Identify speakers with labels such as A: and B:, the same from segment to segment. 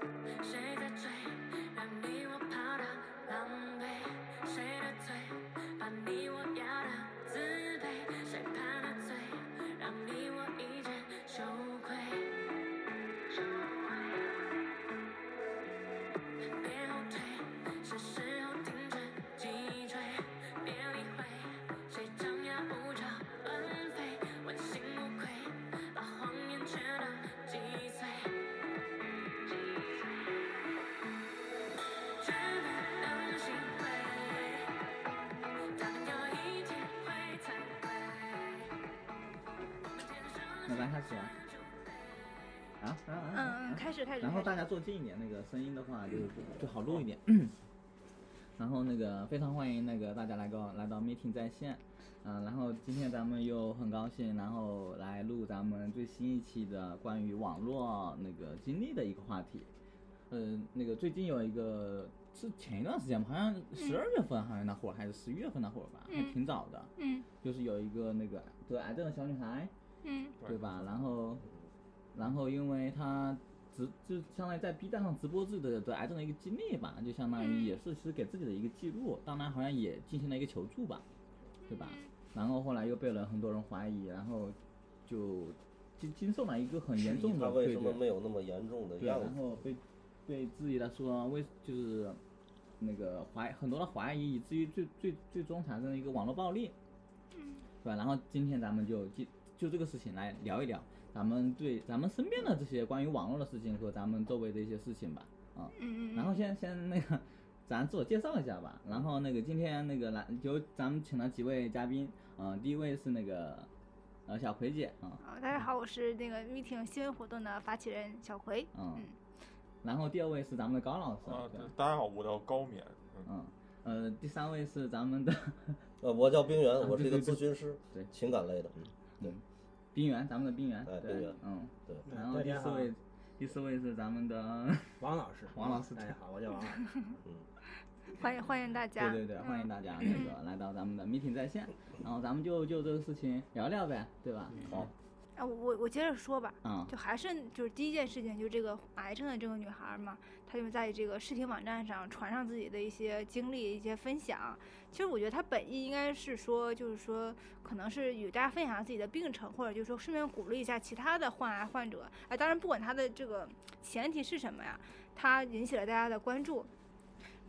A: 谁的罪让你我跑到狼狈？谁的罪把你我压到自卑？谁判的罪让你我一见羞愧？羞愧。别后退，是时候停止脊椎。别理会，谁张牙舞爪乱飞，问心无愧，把谎言全都击碎。绝不能心灰，他们有一天会惭愧。
B: 那咱开始吧啊啊啊！
C: 嗯嗯，开始开始。嗯
B: 然后
C: 开
B: 大
C: 始
B: 家坐近一点，那个声音的话就就好录一点。嗯然后那个非常欢迎那个大家来跟我来到 meeting 在线，嗯、然后今天咱们又很高兴，然后来录咱们最新一期的关于网络那个经历的一个话题。嗯、那个最近有一个是前一段时间吧，好像
C: 嗯
B: 十二月份好像那会儿，还是十一月份那会儿吧，还挺早的。
C: 嗯
B: 就是有一个那个得癌症的小女孩，
C: 嗯
B: 对吧？然后，然后因为他直就相当于在 B 站上直播自己的得癌症的一个经历吧，就相当于也是其实给自己的一个记录，当然好像也进行了一个求助吧，对吧？然后后来又被人很多人怀疑，然后就经经受了一个很严重
D: 他
B: 的
D: 为
B: 对
D: 什么
B: 对
D: 没有那么严重的
B: 对，
D: 样
B: 然
D: 子？
B: 后被被质疑来说为就是那个怀很多的怀疑，以至于最最最终产生了一个网络暴力，对吧？然后今天咱们就就就这个事情来聊一聊，咱们对咱们身边的这些关于网络的事情和咱们周围的一些事情吧，啊、
C: 嗯嗯
B: 然后先先那个，咱自我介绍一下吧。然后那个今天那个来由咱们请了几位嘉宾，嗯、第一位是那个呃小葵姐啊，
C: 嗯。大家好，我是那个 meeting 新闻活动的发起人小葵。
B: 嗯，然后第二位是咱们的高老师，
E: 啊
B: 嗯对吧，
E: 大家好，我叫高勉，嗯
B: 嗯，呃，第三位是咱们的
D: 呃，我叫冰
B: 啊
D: 原，我是一个
B: 对对
D: 咨询师，
B: 对
D: 情感类的，嗯，
B: 嗯，冰原，咱们的冰原，
D: 哎
B: 对
D: 冰原，
B: 嗯，
D: 对，
B: 然后
F: 大
B: 第
F: 家
B: 四
F: 好
B: 位，第四位是咱们的，
F: 王老师，
B: 王老师
F: 大家好，我叫王老师。
C: 欢迎欢迎大
B: 对
C: 家。嗯
B: 对对，欢迎大家那个来到咱们的 meeting 在线，然后咱们就就这个事情聊聊呗，对吧？
F: 嗯
B: 好，
C: 啊，我我我接着说吧。
B: 嗯
C: 就还是就是第一件事情，就是这个癌症的这个女孩儿嘛，她就在这个视频网站上传上自己的一些经历、一些分享。其实我觉得她本意应该是说，就是说可能是与大家分享自己的病程，或者就是说顺便鼓励一下其他的患癌患者。啊，当然不管她的这个前提是什么呀，她引起了大家的关注。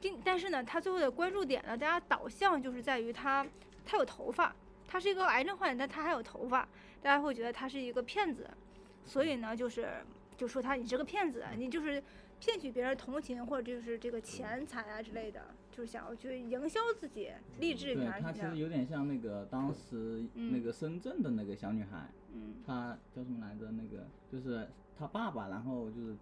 C: 并但是呢，她最后的关注点呢，大家导向就是在于她，她有头发，她是一个癌症患者，但她还有头发，大家会觉得她是一个骗子。所以呢，就是就说他你是个骗子，你就是骗取别人同情或者就是这个钱财啊之类的，就是想要去营销自己，励志女
B: 对
C: 孩
B: 她
C: 形
B: 其实
C: 象。
B: 有点像那个当时
C: 嗯
B: 那个深圳的那个小女孩，
C: 嗯
B: 她叫什么来着？那个就是她爸爸，然后就是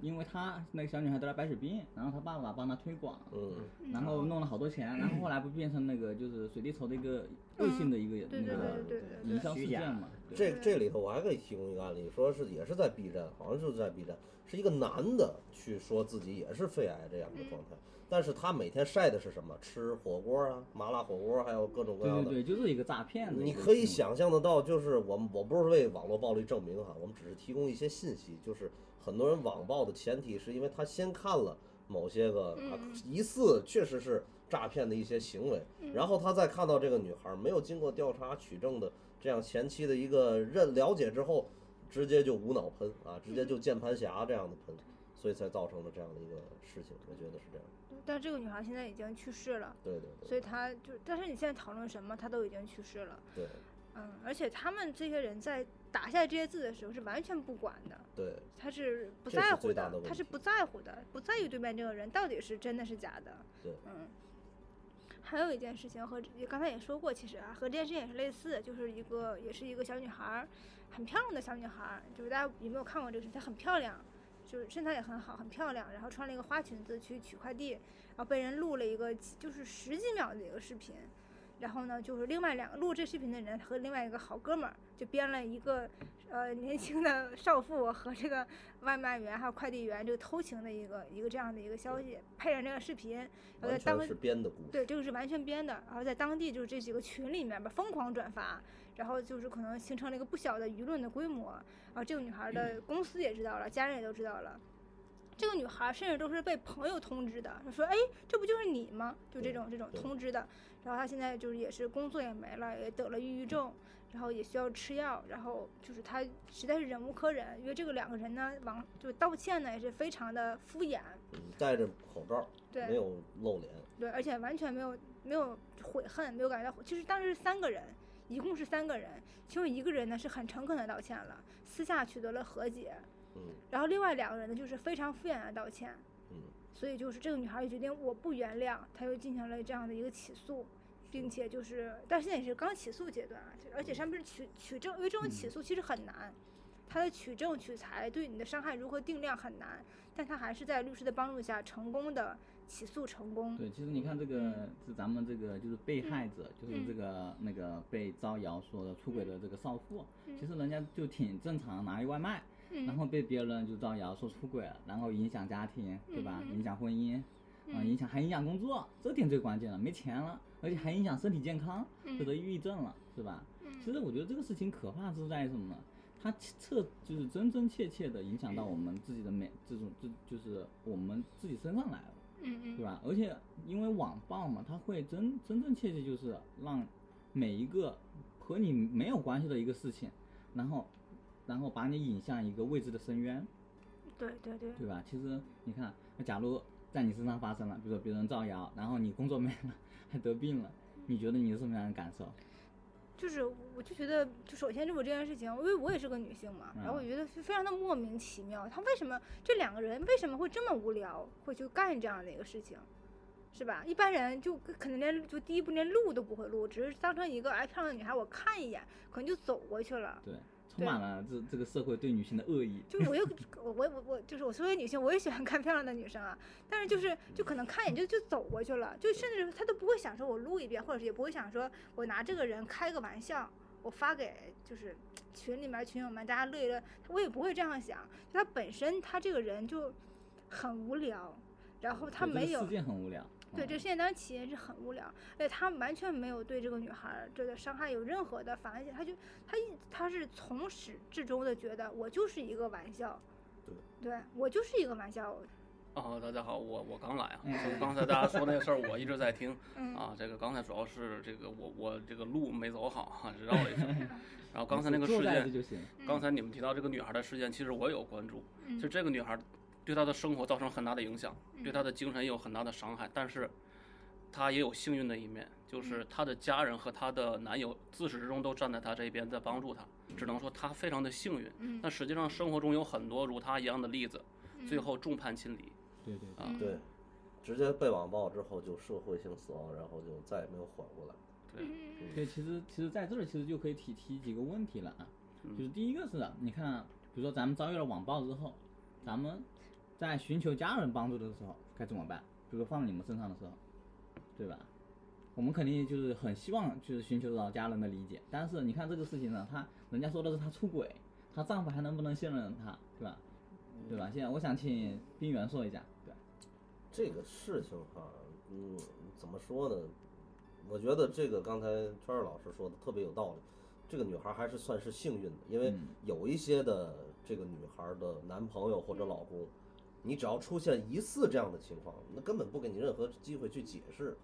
B: 因为她那个小女孩得了白血病，然后她爸爸帮她推广，
D: 嗯，
B: 然后弄了好多钱，然后后来不变成那个就是水滴筹的一个恶性的一个
C: 嗯对
B: 那
C: 对
B: 个
C: 对对
B: 营
C: 对对。
B: 销事件嘛？对
D: 这这里头我还可以提供一个案例，说是也是在 B 站，好像就是在 B 站，是一个男的去说自己也是肺癌这样的状态，
B: 嗯
D: 但是他每天晒的是什么？吃火锅啊，麻辣火锅，还有各种各
B: 对对
D: 样
B: 对，
D: 的。
B: 就是一个诈骗的。
D: 你可以，想象得到，就是我们我不是为网络暴力证明哈，我们只是提供一些信息，就是很多人网暴的前提是因为他先看了某些个、啊、
C: 嗯
D: 疑似确实是诈骗的一些行为，然后他再看到这个女孩没有经过调查取证的这样前期的一个认了解之后，直接就无脑喷啊，直
C: 嗯
D: 接就键盘侠这样的喷，所以才造成了这样的一个事情，我觉得是这样。
C: 但这个女孩现在已经去世了，
D: 对对对
C: 所以她就，但是你现在讨论什么，她都已经去世了。
D: 对
C: 嗯，而且他们这些人在打下这些字的时候是完全不管的，
D: 对，
C: 他是不
D: 这是
C: 在
D: 最
C: 乎
D: 大
C: 的
D: 的，问
C: 他是
D: 题
C: 不在乎的，不在意对面这个人到底是真的是假的。
D: 对
C: 嗯。还有一件事情和也刚才也说过，其实啊，和这件事情也是类似，就是一个也是一个小女孩儿，很漂亮的小女孩儿，就是大家有没有看过这个视频？她很漂亮，就是身材也很好，很漂亮，然后穿了一个花裙子去取快递，然后被人录了一个几就是十几秒的一个视频。然后呢，就是另外两个录这视频的人和另外一个好哥们儿就编了一个，呃，年轻的少妇和这个外卖员还有快递员这个偷情的一个一个这样的一个消息，配上这个视频，然后在呃当
D: 完全是编的故事。
C: 对，这个是完全编的，然后在当地就是这几个群里面吧疯狂转发，然后就是可能形成
D: 嗯
C: 了一个不小的舆论的规模，然后这个女孩儿的公司也知道了，家人也都知道了，这个女孩甚至都是被朋友通知的，就说：“哎，这不就是你吗？”就这种这种
D: 对
C: 通知的。然后她现在就是也是工作也没了，也得了抑郁症，然后也需要吃药，然后就是她实在是忍无可忍，因为这个两个人呢，往就道歉呢也是非常的敷衍，
D: 嗯戴着口罩，没
C: 对
D: 有露脸，
C: 对，而且完全没有没有悔恨，没有感觉到，就是当时三个人。一共是三个人，其中一个人呢是很诚恳的道歉了，私下取得了和解，
D: 嗯
C: 然后另外两个人呢就是非常敷衍的道歉，
D: 嗯，
C: 所以就是这个女孩儿就决定我不原谅，她又进行了这样的一个起诉，并且就是，但现在也是刚起诉阶段啊，而且上面是取取证，因为这种
B: 嗯
C: 起诉其实很难，它的取证取材对你的伤害如何定量很难，但她还是在律师的帮助下成功的起诉成功。
B: 对，其实你看这个是咱们这个就是被害者，就是
C: 嗯
B: 这个那个被招摇说的出轨的这个少妇，
C: 嗯
B: 其实人家就挺正常，拿一外卖，然
C: 嗯
B: 后被别人就造谣说出轨了，然后影响家庭，对吧？
C: 嗯嗯嗯
B: 影响婚姻，啊、影响还影响工作，这点最关键了，没钱了，而且还影响身体健康，
C: 嗯
B: 得得抑郁症了，是吧？其实我觉得这个事情可怕是在于什么呢？它彻就是真真切切的影响到我们自己的每这种这就是我们自己身上来了，
C: 嗯嗯
B: 对吧？而且因为网暴嘛，它会真真真切切就是让每一个和你没有关系的一个事情，然后然后把你引向一个未知的深渊，
C: 对对对，
B: 对吧？其实你看，那假如在你身上发生了，比如说别人造谣，然后你工作没了，还得病了，你觉得你是什么样的感受？
C: 就是我就觉得，就首先就我这件事情，因为我也是个女性嘛，然后我
B: 嗯
C: 觉得非常的莫名其妙，他为什么这两个人为什么会这么无聊，会去干这样的一个事情，是吧？一般人就可能连就第一步连路都不会路，只是当成一个哎漂亮的女孩我看一眼，可能就走过去了。
B: 对，充满了这这个社会对女性的恶意。
C: 就是我又我我我我就是我作为女性，我也喜欢看漂亮的女生啊，但是就是就可能看一眼就就走过去了，就甚至他都不会想说我录一遍，或者是也不会想说我拿这个人开个玩笑，我发给就是群里面群友们大家乐一乐，我也不会这样想。就他本身他这个人就很无聊，然后他
B: 对这个
C: 没有
B: 事件很无聊。
C: 对，
B: 嗯
C: 这个事件当然起因是很无聊，而且他完全没有对这个女孩儿这个伤害有任何的反省，他就他一他是从始至终的觉得我就是一个玩笑，
D: 对，
C: 我就是一个玩笑，
F: 哦，大家好，我我刚来啊，
B: 嗯
F: 所以刚才大家说那个事儿，我一直在听
C: 嗯，
F: 啊。这个刚才主要是这个我我这个路没走好哈，绕了 一圈。然后刚才那个
B: 坐
F: 事
B: 在
F: 件
B: 这，就嗯行了。
F: 刚才你们提到这个女孩的事件，其实我有关注。
C: 嗯
F: 就这个女孩对她的生活造成很大的影响，
B: 嗯
F: 对她的精神也有很大的伤害。但是她也有幸运的一面，
B: 嗯
F: 就是她的家人和她的男友自始至终都站在她这边，在帮助她。只能说她非常的幸运。
C: 嗯
F: 但实际上生活中有很多如她一样的例子，最
C: 嗯
F: 后众叛亲离。
B: 对对
F: 啊
D: 对，直接被网暴之后就社会性死亡，然后就再也没有缓过来。
F: 对，
B: 对，其实其实在这里其实就可以提提几个问题了啊，就是第一个是，啊你看，比如说咱们遭遇了网暴之后，咱们在寻求家人帮助的时候该怎么办？比如说放在你们身上的时候，对吧？我们肯定就是很希望就是寻求到家人的理解，但是你看这个事情呢，她人家说的是她出轨，她丈夫还能不能信任她，对吧？对吧？现在我想请冰原说一下，对，
D: 这个事情哈，嗯，怎么说呢？我觉得这个刚才川儿老师说的特别有道理。这个女孩还是算是幸运的，因为
B: 嗯
D: 有一些的这个女孩的男朋友或者老公，你只要出现一次这样的情况，那根本不给你任何机会去解释。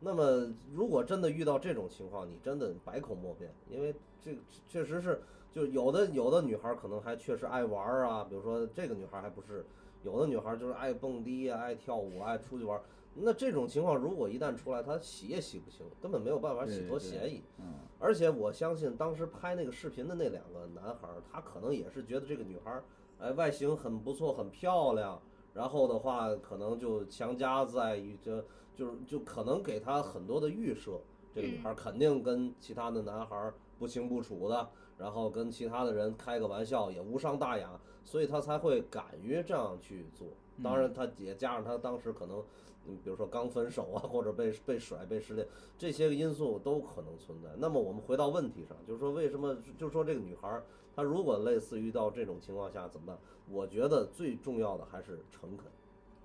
D: 那么，如果真的遇到这种情况，你真的百口莫辩，因为这个确实是，就有的有的女孩可能还确实爱玩儿啊，比如说这个女孩还不是，有的女孩就是爱蹦迪啊，爱跳舞，爱出去玩儿。那这种情况如果一旦出来，她洗也洗不清，根本没有办法洗
B: 对
D: 脱
B: 对
D: 嫌疑。
B: 嗯，
D: 而且我相信当时拍那个视频的那两个男孩儿，他可能也是觉得这个女孩儿，哎，外形很不错，很漂亮，然后的话可能就强加在于这，就是就可能给她很多的预设，这个女孩儿肯定跟其他的男孩儿不清不楚的，然后跟其他的人开个玩笑也无伤大雅，所以她才会敢于这样去做。当然，她也加上她当时可能，嗯，比如说刚分手啊，或者被被甩、被失恋，这些个因素都可能存在。那么我们回到问题上，就是说为什么，就是说这个女孩儿她如果类似于到这种情况下怎么办？我觉得最重要的还是诚恳，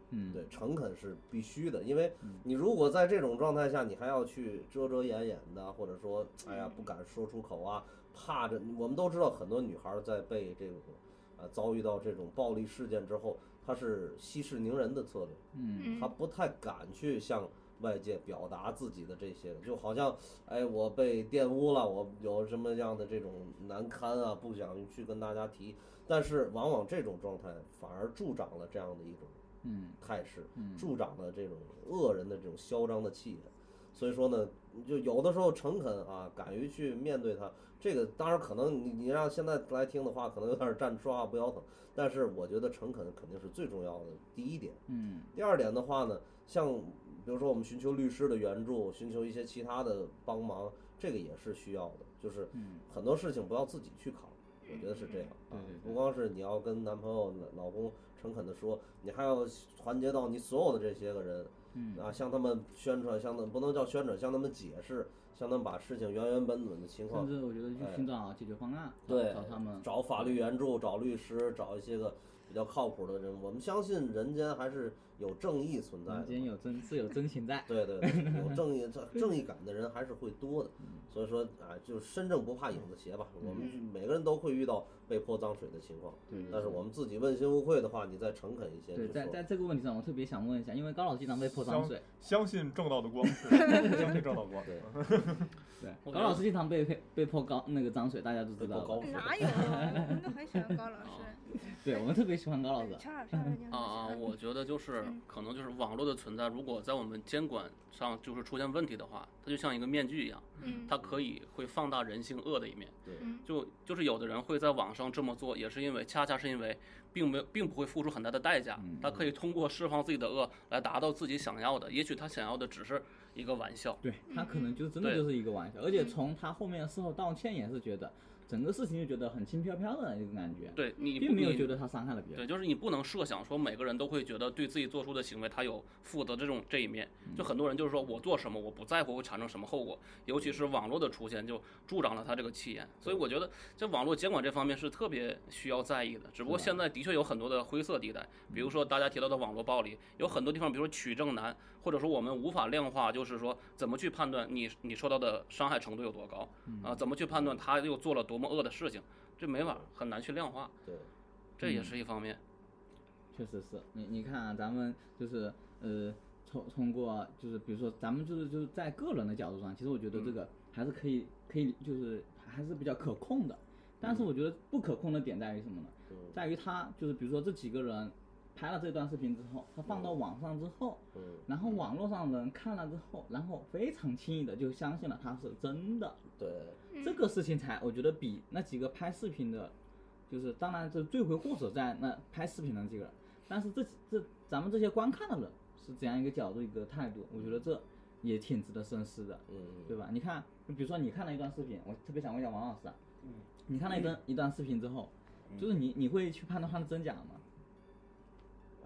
B: 嗯，
D: 对，诚恳是必须的，因为你如果在这种状态下，你还要去遮遮掩掩的，或者说，哎呀，不敢说出口啊，怕着。我们都知道，很多女孩儿在被这种，呃，遭遇到这种暴力事件之后，他是息事宁人的策略。
B: 嗯
C: 嗯
D: 他不太敢去向外界表达自己的这些，就好像，哎，我被玷污了，我有什么样的这种难堪啊，不想去跟大家提。但是往往这种状态反而助长了这样的一种
B: 嗯
D: 态势，
B: 嗯
D: 助长了这种恶人的这种嚣张的气焰。所以说呢，就有的时候诚恳啊，敢于去面对它，这个当然可能你你让现在来听的话，可能有点站着说话不腰疼，但是我觉得诚恳肯定是最重要的第一点。
B: 嗯
D: 第二点的话呢，像比如说我们寻求律师的援助，寻求一些其他的帮忙，这个也是需要的。就是
B: 嗯
D: 很多事情不要自己去扛，我觉得是这样啊
B: 嗯对对。对
D: 不光是你要跟男朋友、老公诚恳的说，你还要团结到你所有的这些个人
B: 嗯
D: 啊，向他们宣传，向他们不能叫宣传，向他们解释，向他们把事情原原本本的情况
B: 甚至我觉得去
D: 哎
B: 寻找解决方案，
D: 对，
B: 找他们，
D: 找法律援助，找律师，找一些个比较靠谱的人。我们相信人间还是有正义存在
B: 人
D: 的。
B: 间有真自有真情在，
D: 对对，对，有正 义正正义感的人还是会多的，所以说啊，就是身正不怕影子斜吧。
G: 嗯
D: 我们每个人都会遇到被泼脏水的情况，
B: 对
D: 但是我们自己问心无愧的话，你再诚恳一些，
B: 对，
D: 就
B: 在
D: 说
B: 在这个问题上，我特别想问一下，因为高老经常被泼脏水，
E: 相信正道 的光，对相信正道的光。
D: 对，
B: 对，
F: 我
B: 高
F: 觉得
B: 老师经常被被被泼高那个脏水，大家都知
D: 被
B: 道
D: 泼高
B: 吧。
D: 水
C: 嗯哪有？啊我们都很喜欢高老师。
B: 对，我们特别喜欢高老师。
C: 圈儿圈儿
F: 啊啊！我觉得就是
C: 嗯
F: 可能就是网络的存在，如果在我们监管上就是出现问题的话，它就像一个面具一样，
C: 嗯
F: 它可以会放大人性恶的一面。
D: 对
C: 嗯
F: 就就是有的人会在网上这么做，也是因为恰恰是因为并没有并不会付出很大的代价，
B: 嗯
F: 他可以通过释放自己的恶来达到自己想要的。也许他想要的只是一个玩笑，
B: 对他可能就真的
F: 对
B: 就是一个玩笑，而且从他后面事后道歉也是觉得整个事情就觉得很轻飘飘的一个感觉，，
F: 对你不
B: 并没有
F: 你
B: 觉得他伤害了别
F: 对，
B: 人。
F: 就是你不能设想说每个人都会觉得对自己做出的行为他有负责这种这一面，就很多人就是说我做什么我不在乎会产生什么后果，尤其是网络的出现就助长了他这个气焰，所以我觉得这网络监管这方面是特别需要在意的。只不过现在的确有很多的灰色地带，比如说大家提到的网络暴力，有很多地方，比如说取证难，或者说我们无法量化，就是说怎么去判断你你受到的伤害程度有多高啊，怎么去判断他又做了多么恶的事情，这没法很难去量化，
D: 对，
F: 这也是一方面。
B: 确实是你你看、啊、咱们就是呃通通过就是比如说咱们就是就是在个人的角度上，其实我觉得这个还是可以可以就是还是比较可控的，但是我觉得不可控的点在于什么呢？
D: 嗯
B: 在于他就是比如说这几个人拍了这段视频之后，他放到网上之后，
D: 嗯，
B: 然后网络上的人看了之后，然后非常轻易的就相信了他是真的，
D: 对，
B: 这个事情才我觉得比那几个拍视频的，就是当然这罪魁祸首在那拍视频的这个人，但是这这咱们这些观看的人是怎样一个角度一个态度，我觉得这也挺值得深思的。
D: 嗯，
B: 对吧？你看，比如说你看了一段视频，我特别想问一下王老师啊，
G: 嗯
B: 你看了一段、一段视频之后，就是你你会去判断它的真假吗？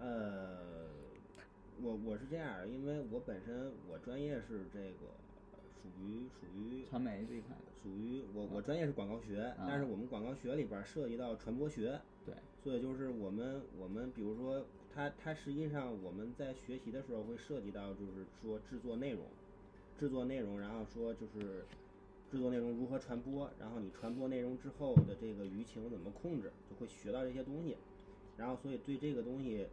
D: 嗯
G: 呃，我我是这样儿，因为我本身我专业是这个呃属于属于
B: 传媒这一块的，啊
G: 属于我
D: 嗯
G: 我专业是广告学，但是我们广告学里边儿涉及到传播学，
B: 对，
G: 所以就是我们我们比如说它它实际上我们在学习的时候会涉及到就是说制作内容，制作内容，然后说就是制作内容如何传播，然后你传播内容之后的这个舆情怎么控制，就会学到这些东西，然后所以对这个东西。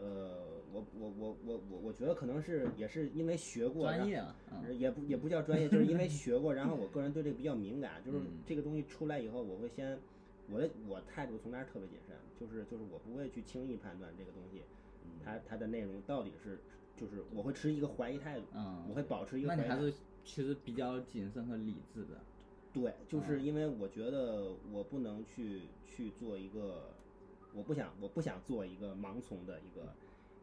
G: 呃，我我我我我我觉得可能是也是因为学过，然
B: 专
G: 后
B: 业啊，嗯，
G: 也不也不叫专业，就是因为学过，然后我个人对这个比较敏感，就是
B: 嗯
G: 这个东西出来以后，我会先我的我态度从那儿特别谨慎，就是就是我不会去轻易判断这个东西，
B: 嗯
G: 它它的内容到底是就是我会持一个怀疑态度，
B: 嗯
G: 我会保持一个
B: 那
G: 怀疑
B: 你
G: 态
B: 还
G: 度。
B: 是其实比较谨慎和理智的，
G: 对，
B: 嗯
G: 就是因为我觉得我不能去去做一个，我不想我不想做一个盲从的一个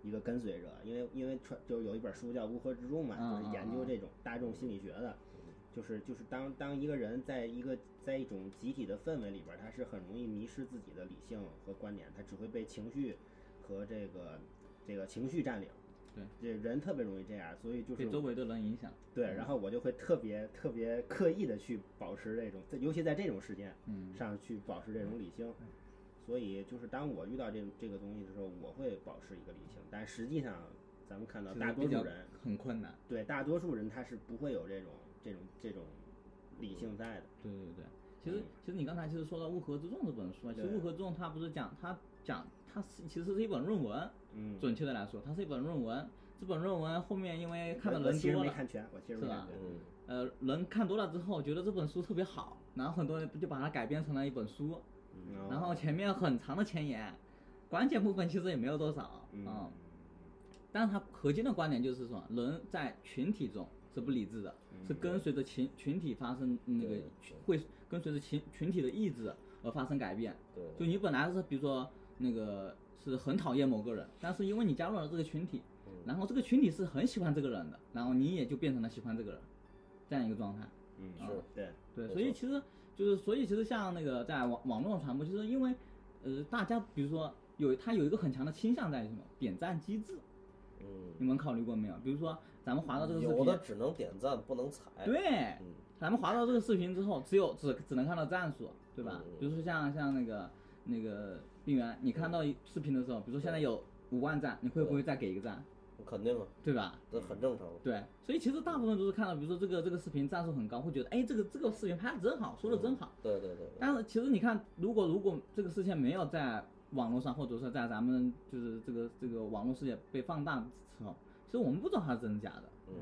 G: 一个跟随者，因为因为传就是有一本书叫《乌合之众》嘛，
B: 嗯
G: 就是研究这种大众心理学的，就是就是当当一个人在一个在一种集体的氛围里边儿，他是很容易迷失自己的理性和观点，他只会被情绪和这个这个情绪占领。
B: 对，
G: 这人特别容易这样，所以就是
B: 被周围的人影响，
G: 对，然
B: 嗯
G: 后我就会特别特别刻意的去保持这种，在尤其在这种时间
B: 嗯
G: 上去保持这种理性。所以就是当我遇到这这个东西的时候，我会保持一个理性，但实际上咱们看到
B: 其
G: 呃大
B: 实
G: 多
B: 比较
G: 数人，
B: 很困难，
G: 对大多数人他是不会有这种这种这种理
B: 嗯
G: 性在的。
B: 对对对。其实，其实你刚才其实说到《乌合之众》这本书啊，其实《
G: 对
B: 乌合之众》它不是讲它讲它是其实是一本论文，
G: 嗯，
B: 准确的来说，它是一本论文。这本论文后面因为看的
G: 我
B: 人
G: 其实
B: 多
G: 没
B: 了，
G: 看全，我其实没
B: 是
G: 看
B: 吧
G: 全。
D: 嗯，
B: 呃，人看多了之后觉得这本书特别好，然后很多人就把它改编成了一本书，
G: 嗯
B: 然后前面很长的前言，关键部分其实也没有多少啊、
G: 嗯，
B: 但是它核心的观点就是说，人在群体中是不理智的，是跟随着群群体发生那个
D: 嗯对
B: 会跟随着群群体的意志而发生改变。就
D: 对，
B: 你本来是比如说那个是很讨厌某个人，但是因为你加入了这个群体，
D: 嗯
B: 然后这个群体是很喜欢这个人的，然后你也就变成了喜欢这个人，这样一个状态。
G: 嗯
D: 是
G: 嗯对，
B: 对，
D: 没
B: 所以
D: 错
B: 其实就是，所以其实像那个在网网络传播，就是因为呃，大家比如说有它有一个很强的倾向在于什么点赞机制，
D: 嗯，
B: 你们考虑过没有？比如说咱们滑到这个视
D: 有的
B: 频，
D: 只能点赞不能踩，
B: 对，
D: 嗯，
B: 咱们滑到这个视频之后，只有只只能看到战术，对吧？
D: 嗯
B: 比如说像像那个那个病源，你看到一视频的时候，比如说现在有五万赞，你会不会再给一个赞，
D: 肯定啊，
B: 对吧？
D: 这很正常。
B: 对，所以其实大部分都是看到，比如说这个这个视频赞数很高，会觉得哎，这个这个视频拍的真好，说的真好。
D: 嗯对对对，
B: 但是其实你看，如果如果这个事情没有在网络上，或者说在咱们就是这个这个网络世界被放大之后，其实我们不知道它是真假的，
D: 嗯，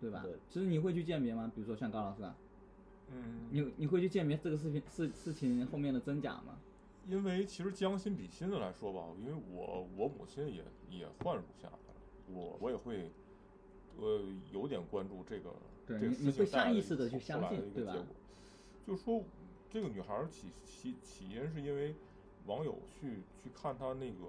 B: 对吧？
D: 对
B: 其实你会去鉴别吗？比如说像高老师啊，
E: 嗯，
B: 你你会去鉴别这个视频事事情后面的真假吗？
E: 因为其实将心比心的来说吧，因为我我母亲也也患乳腺癌了，我我也会呃有点关注这个
B: 对
E: 这个
B: 你
E: 事
B: 你会
E: 情带
B: 下
E: 来的
B: 意
E: 一
B: 识地
E: 个
B: 去
E: 后
B: 相
E: 来的
B: 信
E: 一
B: 对
E: 个
B: 吧
E: 结果。就说这个女孩儿起起起因是因为网友去去看她那个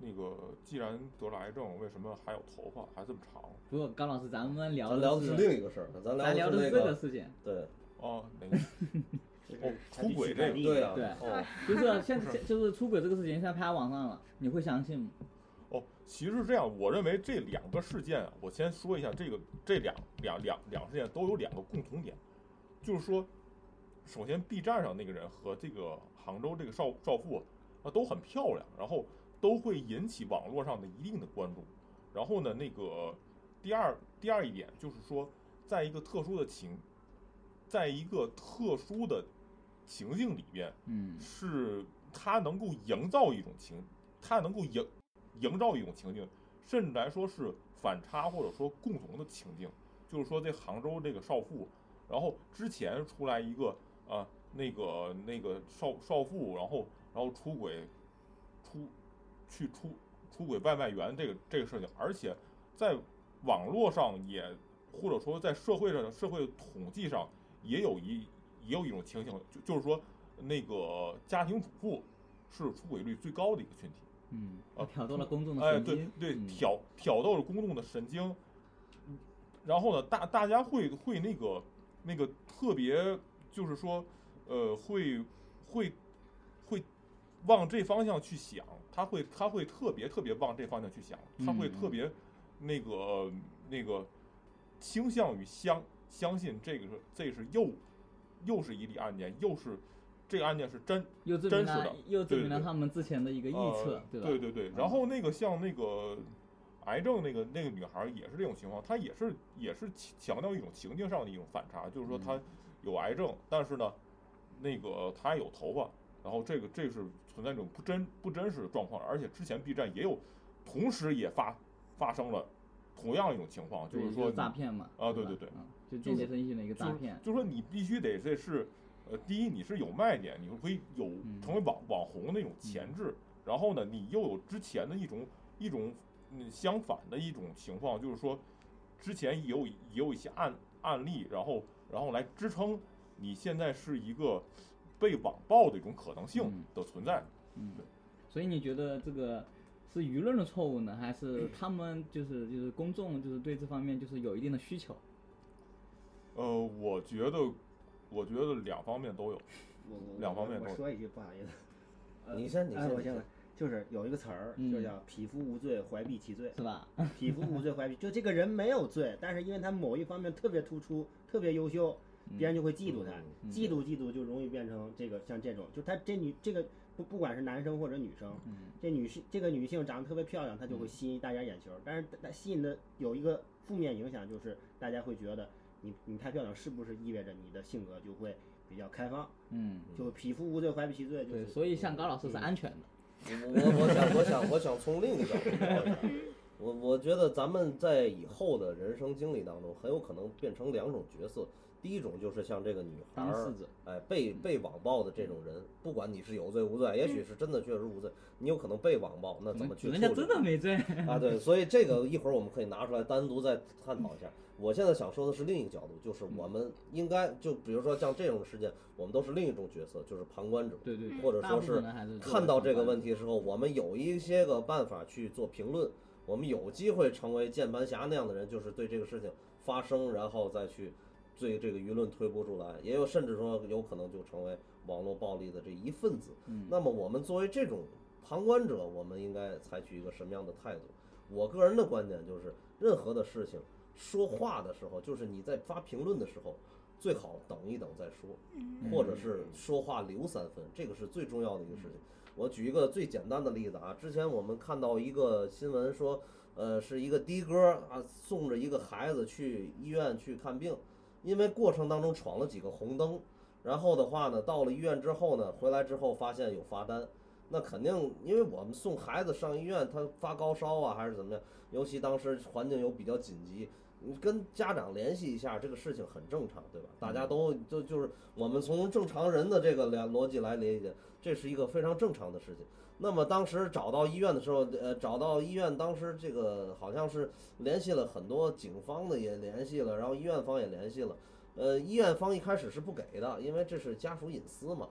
E: 那个，既然得了癌症，为什么还有头发还这么长？
B: 不过高老师，咱们聊
D: 咱聊
B: 的
D: 的
B: 是
D: 是另一个事儿，咱
B: 咱聊
D: 聊的
B: 的
D: 那
B: 是这个事情，
D: 对
E: 哦，哪个？哦出轨这个
D: 对啊，
B: 对
D: 哦，
B: 就是现
E: 不是
B: 就是出轨这个事情现在拍到网上了，你会相信吗？
E: 哦，其实是这样，我认为这两个事件啊，我先说一下这个这两两两两事件都有两个共同点，就是说，首先 B 站上那个人和这个杭州这个少少妇啊都很漂亮，然后都会引起网络上的一定的关注。然后呢，那个第二第二一点就是说，在一个特殊的情，在一个特殊的情境里边，
B: 嗯，
E: 是它能够营造一种情，它能够营营造一种情境，甚至来说是反差或者说共同的情境。就是说，这杭州这个少妇，然后之前出来一个啊，那个那个少少妇，然后然后出轨，出去出出轨外卖员这个这个事情，而且在网络上也或者说在社会上社会统计上也有一也有一种情形，就就是说那个家庭主妇是出轨率最高的一个群体。
B: 嗯
E: 啊，
B: 挑动了公众的
E: 哎，
B: 神
E: 对
B: 经，
E: 对，
B: 嗯
E: 挑挑逗了公众的神经，嗯然后呢，大大家会会那个那个特别，就是说，呃，会会会往这方向去想，他会他会特别特别往这方向去想，他会
B: 嗯
E: 特别那个那个倾向于相相信这个是这是又又是一例案件，又是这个案件是真
B: 又证明
E: 真实
B: 了
E: 的
B: 又证
E: 对
B: 明
E: 对
B: 了
E: 对
B: 他们之前的一个臆测
E: 呃，
B: 对吧？
E: 对对对
B: 嗯
E: 然后那个像那个癌症那个那个女孩儿也是这种情况，她也是也是强强调一种情境上的一种反差，就是说
B: 嗯
E: 她有癌症，但是呢，那个她有头发，然后这个这是存在一种不真不真实的状况，而且之前 B 站也有，同时也发发生了同样一种情况，就
B: 对
E: 是说你
B: 诈骗嘛。
E: 啊
B: 对
E: 对
B: 吧
E: 对对，
B: 嗯就
E: 就
B: 间
E: 是
B: 接征信的一个
E: 就
B: 诈
E: 是
B: 骗。
E: 就说你必须得这是，呃，第一你是有卖点，你会有
B: 嗯
E: 成为网网红那种潜质，然后呢，你又有之前的一种一种嗯相反的一种情况，就是说之前也有也有一些案案例，然后然后来支撑你现在是一个被网暴的一种可能性
B: 嗯
E: 的存在。
B: 嗯，所以你觉得这个是舆论的错误呢，还 是他们就是就是公众就是对这方面就是有一定的需求？
E: 呃，我觉得我觉得两方面都有，
G: 我我
E: 两方面
G: 我
E: 都有
G: 说一句不好意思，呃
D: 你先你
G: 哎
D: 先
G: 我
D: 你
G: 先
D: 先
G: 来，就是有一个词儿，
B: 嗯
G: 就叫“匹夫无罪，怀璧其罪
B: 是吧？”。
G: 匹夫无罪，怀璧，就这个人没有罪，但是因为他某一方面特别突出，特别优秀，别人就会嫉妒他，
B: 嗯
G: 嫉妒嫉妒就容易变成这个像这种，就他这女这个不不管是男生或者女生，
B: 嗯
G: 这女性这个女性长得特别漂亮，她就会吸引大家眼球，但是她吸引的有一个负面影响，就是大家会觉得你你太漂亮，是不是意味着你的性格就会比较开放，
B: 嗯，
G: 就匹夫无罪，怀璧其罪，就
B: 对，
G: 是
D: 嗯
B: 所以像高老师是安全的，
D: 我我我想我想我想从另一个角度聊 一下，我我觉得咱们在以后的人生经历当中，很有可能变成两种角色。第一种就是像这个女孩
B: 当
D: 儿
B: 事，者，
D: 哎，被被网暴的这种人，不管你是有罪无罪，也
B: 嗯
D: 许是真的确实无罪，你有可能被网暴，那怎么去
B: 人家
D: 处理
B: 真的没罪，
D: 啊，对，所以这个一会儿我们可以拿出来单独再探讨一下。我现在想说的是另一个角度，就是我们应该就比如说像这种事件，我们都是另一种角色，就是旁观者，
B: 对对对，
D: 或者
B: 嗯大
D: 说
B: 部分
D: 是
B: 人还是
D: 看到这个问
B: 题，
D: 题的时候，我们有一些个办法去做评论，我们有机会成为键盘侠那样的人，就是对这个事情发声，然后再去对这个舆论推波助澜，也有甚至说有可能就成为网络暴力的这一份子。
B: 嗯，
D: 那么我们作为这种旁观者，我们应该采取一个什么样的态度？我个人的观点就是，任何的事情说话的时候，就是你在发评论的时候，最好等一等再说，
C: 嗯
D: 或者是说话留三分，这个是最重要的一个事情。我举一个最简单的例子啊，之前我们看到一个新闻说，呃，是一个的哥啊送着一个孩子去医院去看病，因为过程当中闯了几个红灯，然后的话呢，到了医院之后呢，回来之后发现有罚单，那肯定，因为我们送孩子上医院，他发高烧啊还是怎么样，尤其当时环境又比较紧急，你跟家长联系一下，这个事情很正常，对吧？大家都就就是我们从正常人的这个两逻辑来理解，这是一个非常正常的事情。那么当时找到医院的时候，呃，找到医院，当时这个好像是联系了很多警方的也联系了，然后医院方也联系了。呃，医院方一开始是不给的，因为这是家属隐私嘛。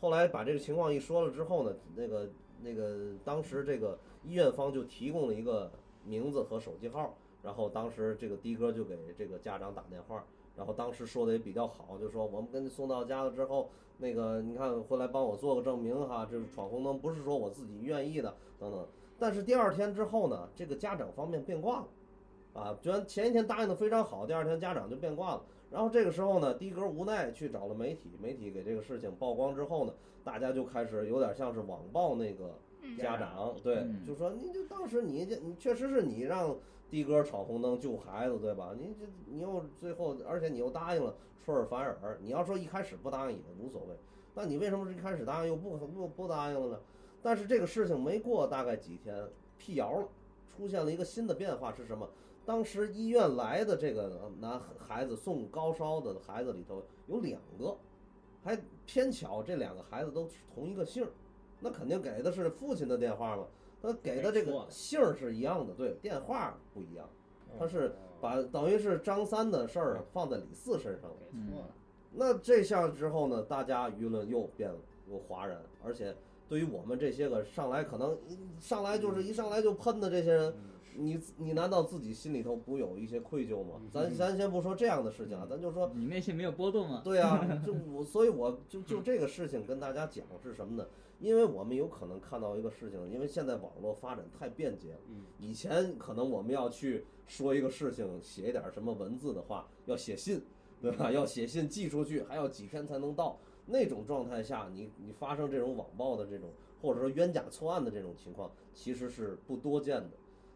D: 后来把这个情况一说了之后呢，那个那个当时这个医院方就提供了一个名字和手机号，然后当时这个的哥就给这个家长打电话，然后当时说的也比较好，就说我们跟你送到家了之后，那个你看回来帮我做个证明哈，这是闯红灯不是说我自己愿意的等等。但是第二天之后呢，这个家长方面变卦了，啊，居然前一天答应的非常好，第二天家长就变卦了。然后这个时候呢，的哥无奈去找了媒体，媒体给这个事情曝光之后呢，大家就开始有点像是网暴那个
C: 嗯
D: 家长，对
B: 嗯，
D: 就说你就当时你这你确实是你让的哥闯红灯救孩子，对吧？你这你又最后，而且你又答应了，出尔反尔。你要说一开始不答应也无所谓，那你为什么一开始答应又不不不答应了呢？但是这个事情没过大概几天，辟谣了，出现了一个新的变化是什么？当时医院来的这个呃男孩子送高烧的孩子里头有两个，还偏巧这两个孩子都是同一个姓儿，那肯定给的是父亲的电话嘛。他给的这
G: 给
D: 个
G: 错了
D: 姓儿是一样的，对，电话不一样，他是把等于是张三的事儿放在李四身上了。
G: 哦给错了，
D: 那这下之后呢，大家舆论又变了，又哗然，而且对于我们这些个上来可能上来就是一上来就喷的这些人，你你难道自己心里头不有一些愧疚吗？咱咱先不说这样的事情啊，咱就说
B: 你内心没有波动吗？
D: 对啊，就我，所以我就就这个事情跟大家讲是什么呢？因为我们有可能看到一个事情，因为现在网络发展太便捷了。以前可能我们要去说一个事情，写一点什么文字的话，要写信，对吧？要写信寄出去，还要几天才能到。那种状态下，你你发生这种网暴的这种，或者说冤假错案的这种情况，其实是不多见的。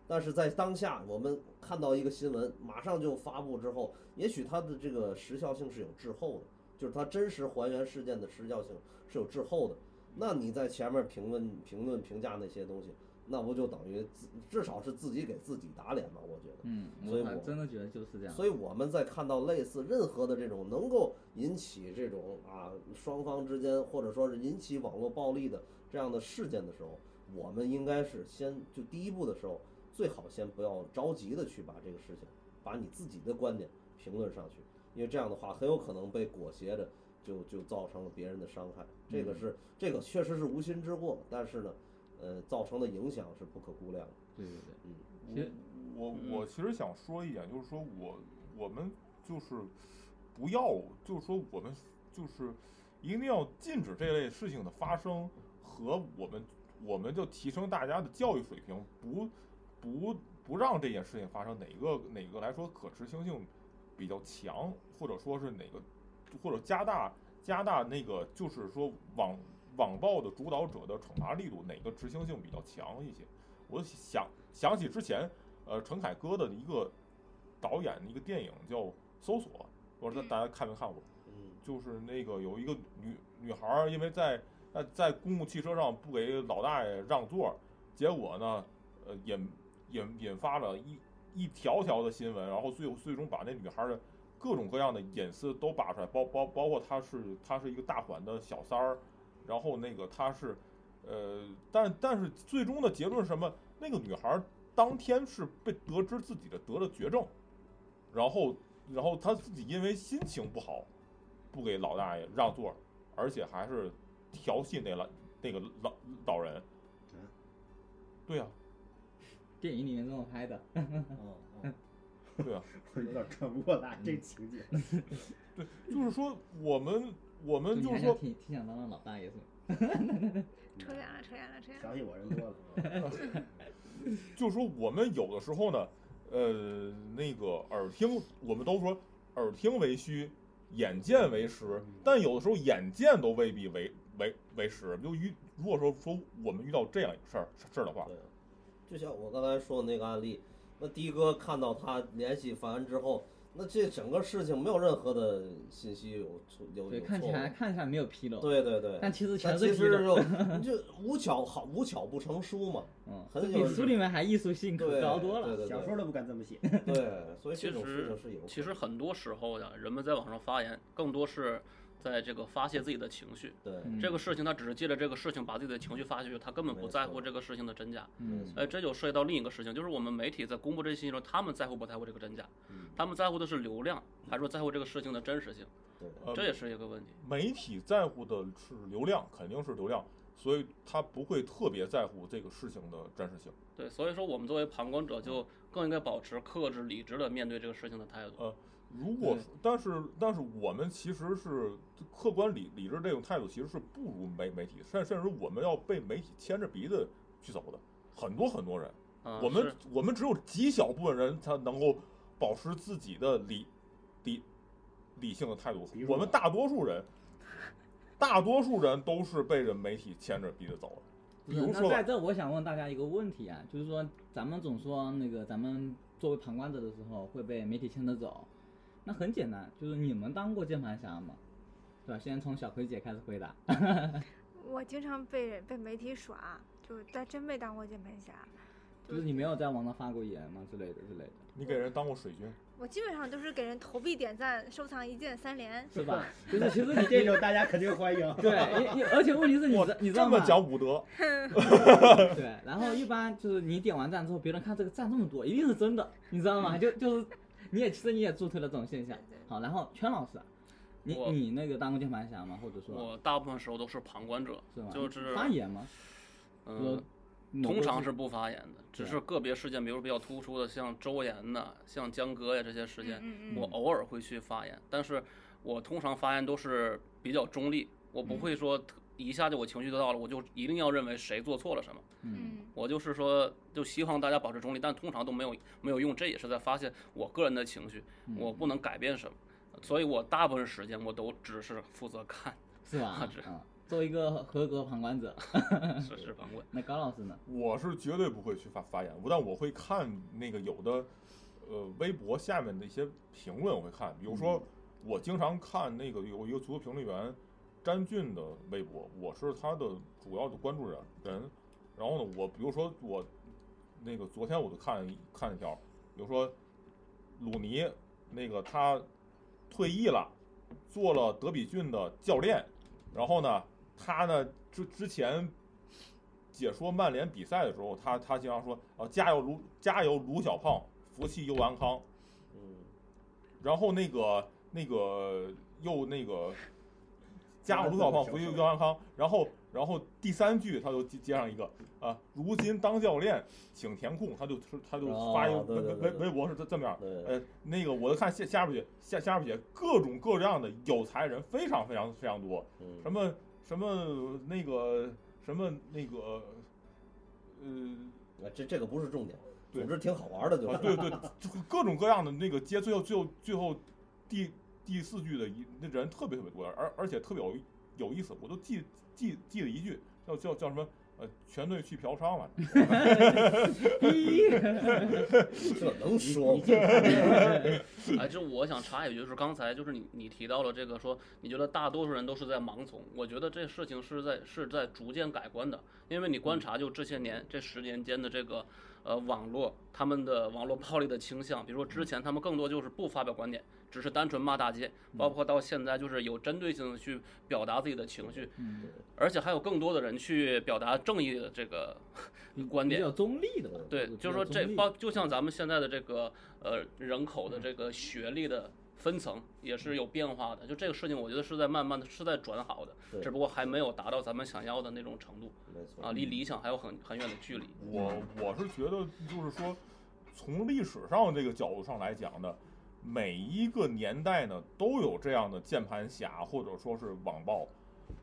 D: 但是在当下，我们看到一个新闻，马上就发布之后，也许它的这个时效性是有滞后的，就是它真实还原事件的时效性是有滞后的。那你在前面评论、评论、评价那些东西，那不就等于自至少是自己给自己打脸吗？我觉得。
B: 嗯，
D: 所以
B: 我还
D: 我
B: 真的觉得就是这样。
D: 所以我们在看到类似任何的这种能够引起这种啊双方之间或者说是引起网络暴力的这样的事件的时候，我们应该是先就第一步的时候，最好先不要着急的去把这个事情，把你自己的观点评论上去，因为这样的话很有可能被裹挟着，就就造成了别人的伤害。这
B: 嗯
D: 个是这个确实是无心之过，但是呢，呃，造成的影响是不可估量的。
B: 对对对，
D: 嗯，
B: 其实
E: 我我其实想说一点，就是说我我们就是不要，就是说我们就是一定要禁止这类事情的发生和我们我们就提升大家的教育水平，不不不让这件事情发生，哪个哪个来说可持续性比较强，或者说是哪个或者加大加大那个就是说网网暴的主导者的惩罚力度，哪个执行性比较强一些？我想想起之前呃，陈凯歌的一个导演的一个电影叫《搜索》，我不知道大家看没看过，
D: 嗯
E: 就是那个有一个女女孩儿，因为在在那在公共汽车上不给老大爷让座，结果呢，呃，引引引发了一一条条的新闻，然后最后最终把那女孩的各种各样的隐私都扒出来，包包包括她是她是一个大款的小三儿，然后那个她是，呃，但但是最终的结论是什么？那个女孩当天是被得知自己的得了绝症，然后然后她自己因为心情不好，不给老大爷让座，而且还是调戏那老那个老老人
G: 嗯。
E: 对呀、
B: 电影里面这么拍的，
G: 哦， 哦
E: 对呀、
G: 我有点转不过
B: 嗯
G: 来这情节。
E: 就是说我们我们
B: 你
E: 就
B: 还
E: 是
B: 想
E: 说，
B: 挺挺想当当老大爷是吗？
C: 扯远了，扯远了，扯远了。
G: 想起我人多了。
E: 就是说我们有的时候呢，呃，那个耳听，我们都说耳听为虚，眼见为实，但有的时候眼见都未必为为为实。就遇如果说说我们遇到这样一个事儿事儿的话，
D: 对，就像我刚才说的那个案例，那的哥看到他联系凡恩之后，那这整个事情没有任何的信息有错有
B: 对，
D: 有
B: 看
D: 错
B: 起
D: 误。
B: 来看起来没有纰漏，
D: 对对对，
B: 但其实全
D: 但其
B: 是纰
D: 实
B: 漏。
D: 就 你就无巧好无巧不成书嘛，
B: 嗯，这
D: 很
B: 比
D: 有
B: 书里面还艺术性可
D: 对，
B: 高多
D: 对
B: 了。
D: 对对
G: 小说都不敢这么写。
D: 对，所以
F: 其
D: 这种事
F: 实
D: 情是有可能。
F: 其实很多时候呀，人们在网上发言，更多是在这个发泄自己的情绪。
D: 对，
B: 嗯
F: 这个事情他只是借着这个事情把自己的情绪发泄出去，他根本
D: 没
F: 不
D: 错
F: 在乎这个事情的真假。
B: 嗯
D: 没错
F: 哎，这就涉及到另一个事情，就是我们媒体在公布这些信息中，他们在乎不在乎这个真假？
D: 嗯
F: 他们在乎的是流量，还是说在乎这个事情的真实性？
D: 对
E: 呃
F: 这也是一个问题。
E: 媒体在乎的是流量，肯定是流量，所以他不会特别在乎这个事情的真实性。
F: 对，所以说我们作为旁观者，就更应该保持克制、理智的面对这个事情的态度。
E: 如果
B: 对
E: 说但是但是我们其实是客观理理智这种态度，其实是不如媒媒体，甚甚至我们要被媒体牵着鼻子去走的。很多很多人，
B: 呃
F: 嗯，
E: 我们
F: 是
E: 我们只有极小部分人才能够保持自己的理理理性的态度
G: 比。如
E: 我们
G: 我
E: 大多数人，大多数人都是被人媒体牵着鼻子走的。
B: 不
E: 比
B: 是
E: 如
B: 那
E: 说，
B: 在这我想问大家一个问题啊，就是说咱们总说那个咱们作为旁观者的时候会被媒体牵着走，那很简单，就是你们当过键盘侠吗？对吧？先从小葵姐开始回答。
C: 我经常被人被媒体耍，就是但真没当过键盘侠。
B: 就是你没有在网上发过言吗之类的之类的，
E: 你给人当过水军，
C: 我基本上都是给人投币、点赞、收藏、一键三连。
B: 是吧？就是其实你
G: 这种大家肯定欢迎。
B: 对，因因而且问题是你知你知
E: 这
B: 道
E: 么
B: 吗？
E: 讲武德，
B: 对，然后一般就是你点完赞之后，别人看这个赞这么多，一定是真的，你知道吗？就就是你也其实你也助推了这种现象。好，然后圈老师，啊你
F: 我
B: 你那个当过键盘侠吗？或者说
F: 我大部分时候都是旁观者
B: 是吗？，
F: 就是
B: 发言吗？
F: 嗯，
B: 嗯
F: 通常是不发言的，只
B: 对
F: 是个别事件，比如比较突出的，像周岩呐、像江歌呀这些事件，
C: 嗯嗯
F: 我偶尔会去发言，但是我通常发言都是比较中立，我不会说特一下就我情绪得到了，我就一定要认为谁做错了什么，
B: 嗯，
C: 嗯
F: 我就是说，就希望大家保持中立，但通常都没有没有用，这也是在发泄我个人的情绪，我不能改变什么，所以我大部分时间我都只是负责看，
B: 是 吧？
F: 这
B: 啊，作为一个合格旁观者，
F: 只是旁观。
B: 那高老师 呢？
E: 我是绝对不会去发发言，但我会看那个有的，呃，微博下面的一些评论，我会看。比如说，我经常看那个有一个足球评论员詹俊的微博，我是他的主要的关注人人。然后呢，我比如说我那个昨天我就看一看一条，比如说鲁尼那个他退役了，做了德比郡的教练，然后呢，他呢之之前解说曼联比赛的时候，他他经常说啊加油卢加油卢小胖，福气又安康。
D: 嗯，
E: 然后那个那个又那个加油卢小胖，福气又安康。然后然后第三句他就接接上一个啊，如今当教练请填空，他就他就发一个
D: 哦对
E: 微
D: 对
E: 微
D: 对对
E: 微博是这这么样。
D: 对，哎
E: 呃，那个我看下下边儿写下下边儿写各种各样的有才人非常非常非常多，
D: 嗯
E: 什么什么那个什么那个，呃，
D: 啊这这个不是重点，
E: 对
D: 总之挺好玩的，就
E: 啊
D: 是
E: 对对，就各种各样的那个接最后最后最后第第四句的一那人特别特别多，而而且特别有有意思，我都记记记了一句叫叫叫什么呃，全队去嫖娼了。
D: 这能说吗？
F: 哎，这我想插一句，就是刚才就是你你提到了这个说，你觉得大多数人都是在盲从，我觉得这事情是在是在逐渐改观的，因为你观察就这些年这十年间的这个呃网络他们的网络暴力的倾向，比如说之前他们更多就是不发表观点，只是单纯骂大街，包括到现在就是有针对性的去表达自己的情绪，
B: 嗯
F: 而且还有更多的人去表达正义的这个 观点
B: 比较。中立的吧，
F: 对
B: 比，
F: 就是
B: 较
F: 说这
B: 中立嗯
F: 包就像咱们现在的这个呃人口的这个学历的分层也是有变化的，就这个事情我觉得是在慢慢的是在转好的，
D: 对
F: 只不过还没有达到咱们想要的那种程度
D: 没
B: 嗯
D: 错
F: 啊，离理想还有很很远的距离。
E: 我我是觉得，就是说，从历史上这个角度上来讲呢，每一个年代呢都有这样的键盘侠或者说是网暴，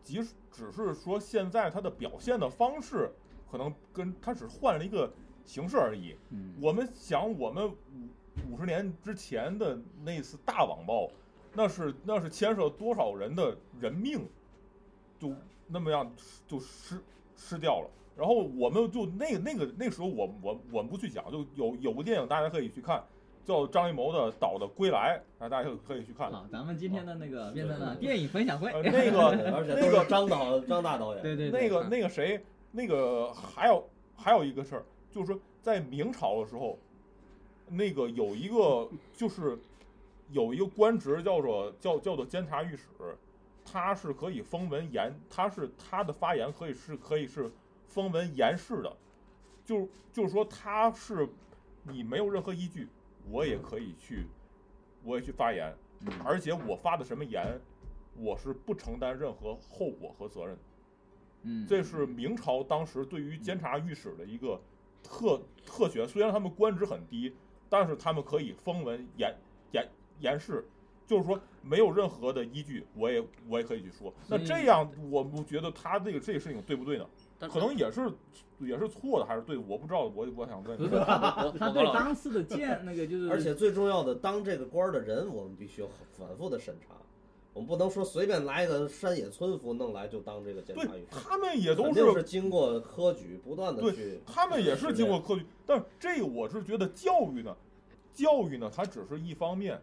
E: 即使只是说现在它的表现的方式可能跟它只换了一个形式而已。
B: 嗯
E: 我们想，我们五五十年之前的那次大网暴，那是那是牵涉多少人的人命，就那么样就失失掉了。然后我们就那个那个那时候我我我们不去讲，就有有部电影大家可以去看，叫张艺谋的《岛的归来》，啊，大家可以可以去看。
B: 好，咱们今天的那个变成
F: 哦
B: 了电影分 享会，
E: 呃，那个
D: 而且
E: 那
D: 都
E: 个
D: 是张导张大导演，
B: 对嗯对
E: 那
B: 对，
E: 个那个谁，那个还有还有一个事儿，就是说在明朝的时候，那个有一个就是有一个官职叫做叫叫做监察御史，他是可以封文言，他是他的发言可以是可以是封文言事的，就就是说他是你没有任何依据，我也可以去我也去发言，而且我发的什么言。我是不承担任何后果和责任的，
B: 嗯，
E: 这是明朝当时对于监察御史的一个特特权，虽然他们官职很低，但是他们可以封文言言言事，就是说没有任何的依据，我也我也可以去说。那
B: 所以
E: 这样，我不觉得他这个这个事情对不对呢？
F: 但
E: 可能也是也是错的，还是对的？我不知道，我我想问
B: 不
E: 一
B: 是
E: 下。
B: 他
F: 我
B: 他
F: 我
B: 对
F: 高老师，
B: 当时的 见那个就是，
D: 而且最重要的，当这个官儿的人，我们必须反复的审查，我们不能说随便来一个山野村夫弄来就当这个监
E: 对
D: 察御史，
E: 他们也都
D: 肯定是经过科举不断的
E: 对
D: 去，
E: 他们也是经过科举，但是这个我是觉得教育呢，教育呢它只是一方面，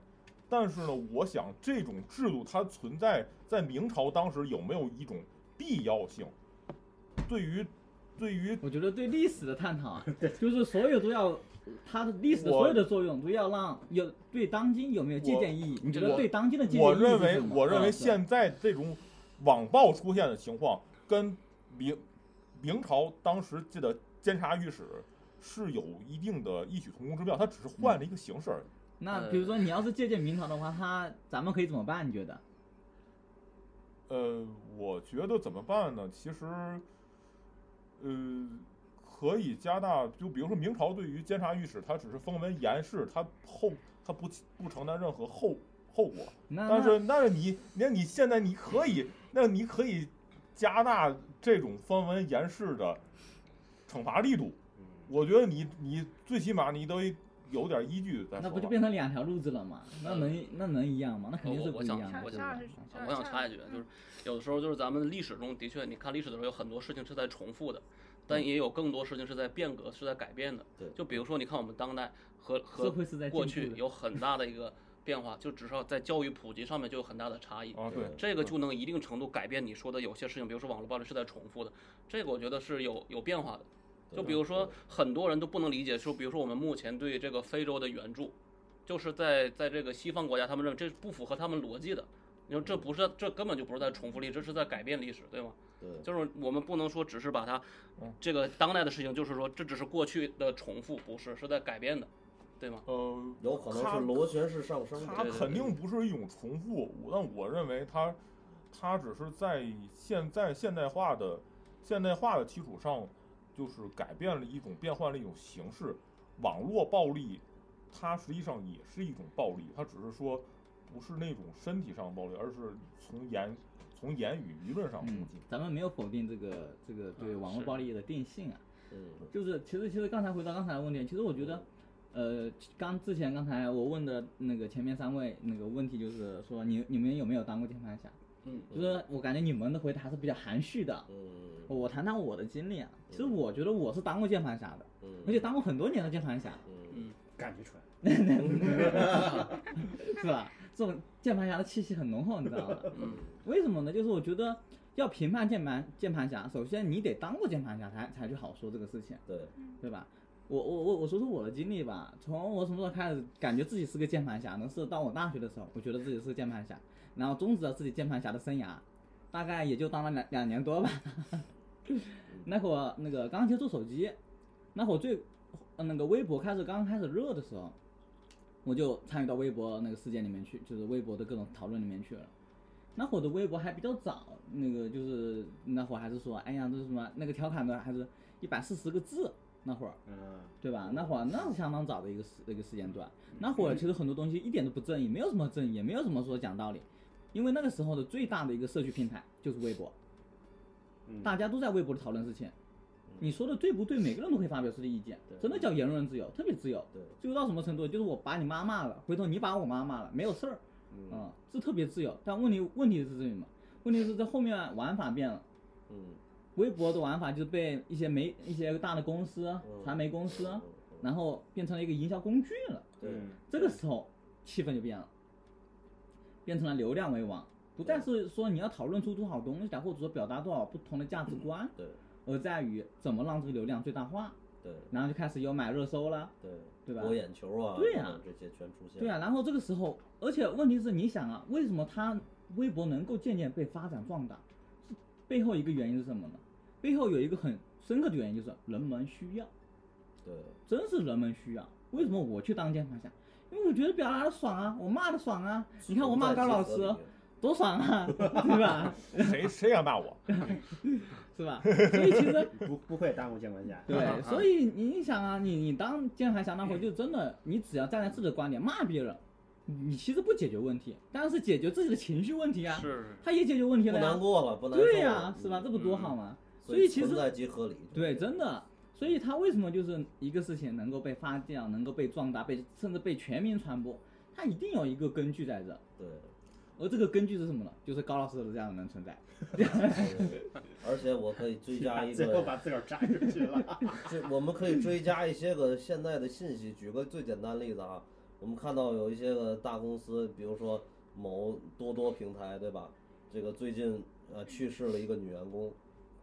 E: 但是呢，我想这种制度它存在在明朝当时有没有一种必要性？对于，对于
B: 我觉得对历史的探 讨啊，就是所有都要它的历史的
E: 我
B: 所有的作用都要让有对当今有没有借鉴意义？你觉得
E: 我
B: 对当今的借鉴意义
E: 我
B: 是什么？
E: 认为，我认为
B: 嗯
E: 现在这种网暴出现的情况，跟明明朝当时这个监察御史是有一定的异曲同工之妙，它只是换了一个形式而已。
B: 那
F: 呃
B: 比如说你要是借鉴明朝的话，他咱们可以怎么办？你觉得？
E: 呃，我觉得怎么办呢？其实，呃，可以加大，就比如说明朝对于监察御史，他只是封文言事，他后他不不承担任何后后果。
B: 那
E: 但是，那你那你现在你可以，那你可以加大这种封文言事的惩罚力度。我觉得你你最起码你得有点依据再
B: 那
E: 说
B: 那不就
E: 吧。
B: 变成两条路子了吗？那能那能一样吗？那肯定是
F: 我
B: 不
F: 我
B: 一
F: 想
B: 样的。
F: 我
B: 对
F: 想
B: 吧
C: 这样
F: 我想
C: 这样
F: 插一句，就是有的时候就是咱们历史中的确，你看历史的时候有很多事情是在重复的，
B: 嗯
F: 但也有更多事情是在变革、是在改变的
D: 对。
F: 就比如说，你看我们当代和和
B: 社会是在
F: 过
B: 进
F: 去
B: 步的
F: 有很大的一个变化，就只是在教育普及上面就有很大的差异。
E: 啊，对，
F: 这
B: 嗯
F: 个就能一定程度改变你说的有些事情，比如说网络暴力是在重复的，这个我觉得是有有变化的。就比如说，很多人都不能理解，说比如说我们目前对这个非洲的援助，就是在在这个西方国家，他们认为这是不符合他们逻辑的。你说这
B: 嗯
F: 不是这根本就不是在重复历史，这是在改变历史，对吗？
D: 对
F: 就是我们不能说只是把它
B: 嗯
F: 这个当代的事情，就是说这只是过去的重复，不是是在改变的，对吗？
E: 呃，
D: 有可能
E: 他
D: 是螺旋式上升的，
E: 它肯定不是一种重复，我但我认为它，它只是在现在现代化的现代化的基础上，就是改变了一种变换了一种形式。网络暴力，它实际上也是一种暴力，它只是说不是那种身体上的暴力，而是从言从言语舆论上攻
B: 嗯
E: 击。，
B: 咱们没有否定这个这个对
F: 嗯
B: 网络
F: 是
B: 暴力的定性啊。
D: 啊嗯，
B: 就是其实其实刚才回到刚才的问题，其实我觉得，呃，刚之前刚才我问的那个前面三位那个问题就是说你你们有没有当过键盘侠？
F: 嗯，
B: 就是我感觉你们的回答还是比较含蓄的。
D: 嗯
B: 我谈谈我的经历啊，其实我觉得我是当过键盘侠的，
D: 嗯，
B: 而且当过很多年的键盘侠，
D: 嗯
F: 嗯，
G: 感觉出来了，
B: 是吧？这种键盘侠的气息很浓厚，你知道吗？
F: 嗯
B: 为什么呢？就是我觉得要评判键盘键盘侠，首先你得当过键盘侠才才去好说这个事情，
D: 对，
B: 对吧？我我我我说说我的经历吧，从我什么时候开始感觉自己是个键盘侠呢？是到我大学的时候，我觉得自己是个键盘侠，然后终止了自己键盘侠的生涯，大概也就当了两两年多吧。 那会儿那个刚接触手机，那会儿最呃那个微博开始刚开始热的时候，我就参与到微博那个事件里面去，就是微博的各种讨论里面去了。那会儿的微博还比较早，那个就是那会儿还是说，哎呀，这是什么那个调侃的还是一百四十个字那会儿，
G: 嗯，
B: 对吧？那会儿那是相当早的一个时一个时间段。那会儿其实很多东西一点都不正义，没有什么正义，也没有什么说讲道理，因为那个时候的最大的一个社区平台就是微博，
G: 嗯
B: 大家都在微博里讨论事情。你说的对不对？每个人都可以发表自己的意见，真的叫言论自由，特别自由。
D: 对，
B: 自由到什么程度？就是我把你妈骂了，回头你把我妈骂了，没有事儿，嗯，是特别自由。但问题问题是这里嘛？问题是在后面玩法变了。
D: 嗯，
B: 微博的玩法就是被一些媒、一些大的公司、传媒公司，然后变成了一个营销工具了。
D: 对，
G: 嗯
B: 这个时候气氛就变了，变成了流量为王，不再是说你要讨论出多少东西来，或者说表达多少不同的价值观，
D: 对，嗯
B: 而在于怎么让这个流量最大化。
D: 对，
B: 然后就开始有买热搜啦，
D: 对，
B: 对吧
D: 博眼球啊，
B: 对呀
D: 等等这些全出现，
B: 对啊，，然后这个时候，而且问题是，你想啊，为什么它微博能够渐渐被发展壮大？背后一个原因是什么呢？背后有一个很深刻的原因，就是人们需要，
D: 对，
B: 真是人们需要。为什么我去当键盘侠？因为我觉得表达的爽啊，我骂的爽啊。你看我骂高老师多爽啊， 对吧？
E: 谁谁敢骂我？
B: 是吧？所以其 实
G: 不不会当过键盘侠，啊
B: 对，所以你想啊，你你当键盘侠那会儿，就真的，你只要站在自己的观点骂别人，你其实不解决问题，但是解决自己的情绪问题啊，
F: 是
B: 他也解决问题
D: 不
B: 了
D: 难
B: 呀，
D: 过了，不嗯难受了嗯
B: 对呀、是吧？？这不多好吗？所以其
D: 存
B: 实
D: 在即合理，
B: 对，真的，所以他为什么就是一个事情能够被发酵，能够被壮大，被甚至被全民传播，它一定有一个根据在这，
D: 对，
B: 而这个根据是什么呢？就是高老师的这样的人存在。
D: 而且我可以追加一
G: 最后
D: 个
G: 把自个儿扎进去了，
D: 这我们可以追加一些个现在的信息。举个最简单例子啊，我们看到有一些个大公司，比如说某多多平台，对吧？这个最近呃去世了一个女员工，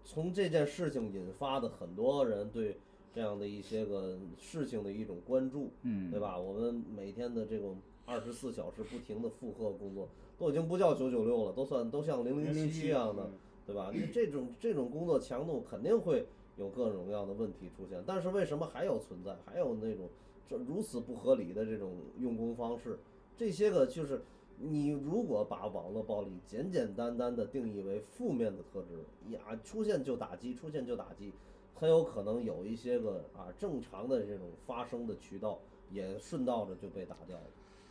D: 从这件事情引发的很多人对这样的一些个事情的一种关注，
B: 嗯
D: 对吧？我们每天的这种二十四小时不停的负荷工作，都已经不叫九九六了，都算都像零零七一嗯样的。对吧？那这种这种工作强度肯定会有各种各样的问题出现，但是为什么还有存在，还有那种这如此不合理的这种用工方式？这些个就是你如果把网络暴力简简单单的定义为负面的特质，呀，出现就打击，出现就打击，很有可能有一些个啊正常的这种发生的渠道也顺道着就被打掉了，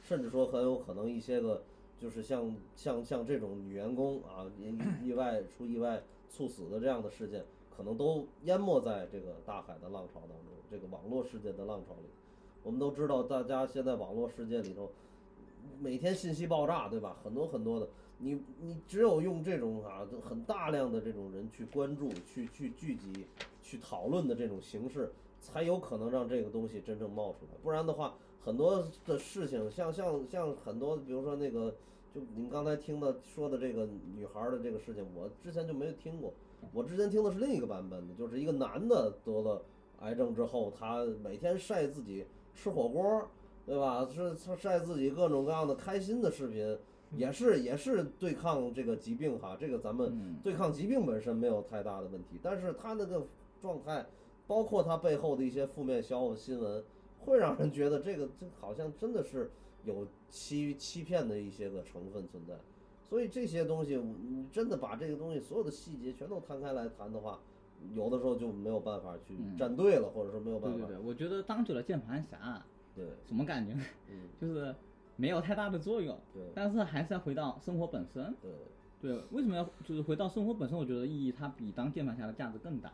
D: 甚至说很有可能一些个就是像像像这种女员工啊意意外出意外猝死的这样的事件，可能都淹没在这个大海的浪潮当中，这个网络世界的浪潮里。我们都知道，大家现在网络世界里头，每天信息爆炸，对吧？很多很多的，你你只有用这种啊，就很大量的这种人去关注、去去聚集、去讨论的这种形式，才有可能让这个东西真正冒出来。不然的话，很多的事情，像像像很多，比如说那个，就你们刚才听到说的这个女孩儿的这个事情，我之前就没有听过。我之前听的是另一个版本的，就是一个男的得了癌症之后，他每天晒自己吃火锅，对吧？是他晒自己各种各样的开心的视频，也是也是对抗这个疾病哈。这个咱们对抗疾病本身没有太大的问题，但是他那个状态，包括他背后的一些负面消息新闻，会让人觉得这个这好像真的是有欺欺骗的一些个成分存在。所以这些东西，你真的把这个东西所有的细节全都摊开来谈的话，有的时候就没有办法去站队了，或者说没有
B: 对
D: 办
B: 对
D: 法
B: 对，我觉得当久了键盘侠
D: 对，
B: 什么感觉？
D: 嗯，
B: 就是没有太大的作用，
D: 对
B: 但是还是要回到生活本身。
D: 对，
B: 对，为什么要就是回到生活本身？我觉得意义它比当键盘侠的价值更大。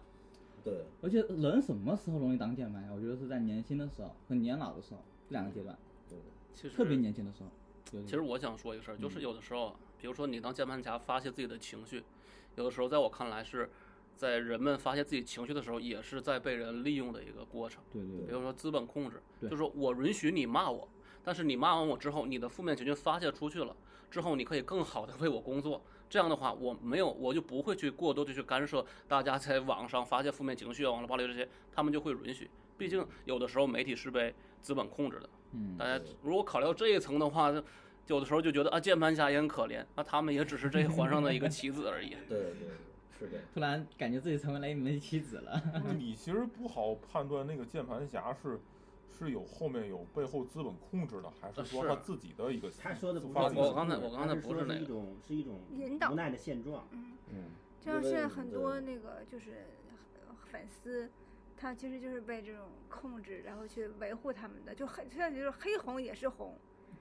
D: 对，
B: 而且人什么时候容易当键盘侠？我觉得是在年轻的时候和年老的时候这两个阶段，
D: 对，
F: 其实
B: 特别年轻的时候。嗯
F: 其实我想说一个事儿，就是有的时候啊，比如说你当键盘侠发泄自己的情绪，有的时候在我看来是在人们发泄自己情绪的时候，也是在被人利用的一个过程。
B: 对对
F: 比
B: 对，
F: 如说资本控制，
B: 对
F: 就是说我允许你骂我，但是你骂完我之后，你的负面情绪发泄出去了，之后你可以更好的为我工作。这样的话，我没有，我就不会去过多的去干涉大家在网上发泄负面情绪啊、网络暴力这些，他们就会允许。毕竟有的时候媒体是被资本控制的，
B: 嗯
F: 大家如果考虑到这一层的话，有的时候就觉得啊，键盘侠也很可怜，那他们也只是这一环上的一个棋子而 已。
D: 对对对，是这样。
B: 突然感觉自己成为了一枚棋子了。
C: 嗯
E: 你其实不好判断那个键盘侠是是有后面有背后资本控制的，还是
F: 呃
E: 说
F: 是
E: 他自己的一个
G: 他说的不是
E: 发
F: 我
E: 自
G: 这
E: 己
G: 个
F: 我刚才
G: 故事
F: 我刚才
G: 他是
F: 不啊是
G: 说
F: 那
G: 是
F: 个
G: 一种是一种
C: 引导
G: 无奈的现状。
C: 嗯，
E: 嗯，
C: 就
D: 因
C: 像
D: 为
C: 是
D: 你
C: 很
D: 的
C: 多那个就是呃粉丝，他其实就是被这种控制，然后去维护他们的，就很现在就是黑红也是红，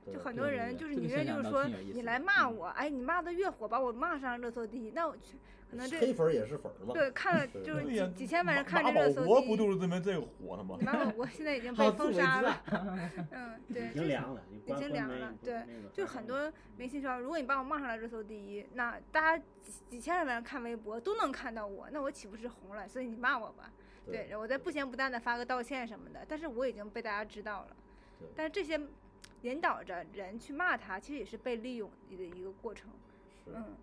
D: 对
C: 就很多
B: 对对对
C: 人就是
B: 这个
C: 宁愿
B: 现
C: 就
B: 象
C: 是
B: 倒
C: 说
B: 挺有意
C: 你
B: 思
C: 来
B: 的
C: 骂
B: 嗯
C: 我，哎，你骂的越火，把我骂上热搜第一，那我去可能
D: 黑
C: 这
D: 粉儿也是粉儿嘛。
C: 对看了
D: 对
C: 就是
E: 对呀
C: 几几千万人
E: 马
C: 看
E: 马
C: 这热
E: 保
C: 搜
E: 国
C: 第
E: 不
C: 一，
E: 就是因为这个火的吗？
C: 你骂我，我现在 已经
B: 好
C: 被
B: 自
C: 封
B: 为
C: 杀
B: 之
C: 了
B: 啊，
C: 嗯，对，
G: 已
C: 这
G: 经
C: 是
G: 凉了，你关
C: 经
G: 关
C: 凉
G: 门
C: 了
G: 不
C: 对，
G: 那个
C: 就
G: 还
C: 很多明星说，如果你把我骂上了热搜第一，那大家几几千万人看微博都能看到我，那我岂不是红了？所以你骂我吧，对，然后我再不咸不淡的发个道歉什么的，但是我已经被大家知道了
D: 对。
C: 但是这些引导着人去骂他，其实也是被利用的一个过程。
D: 是
C: 嗯，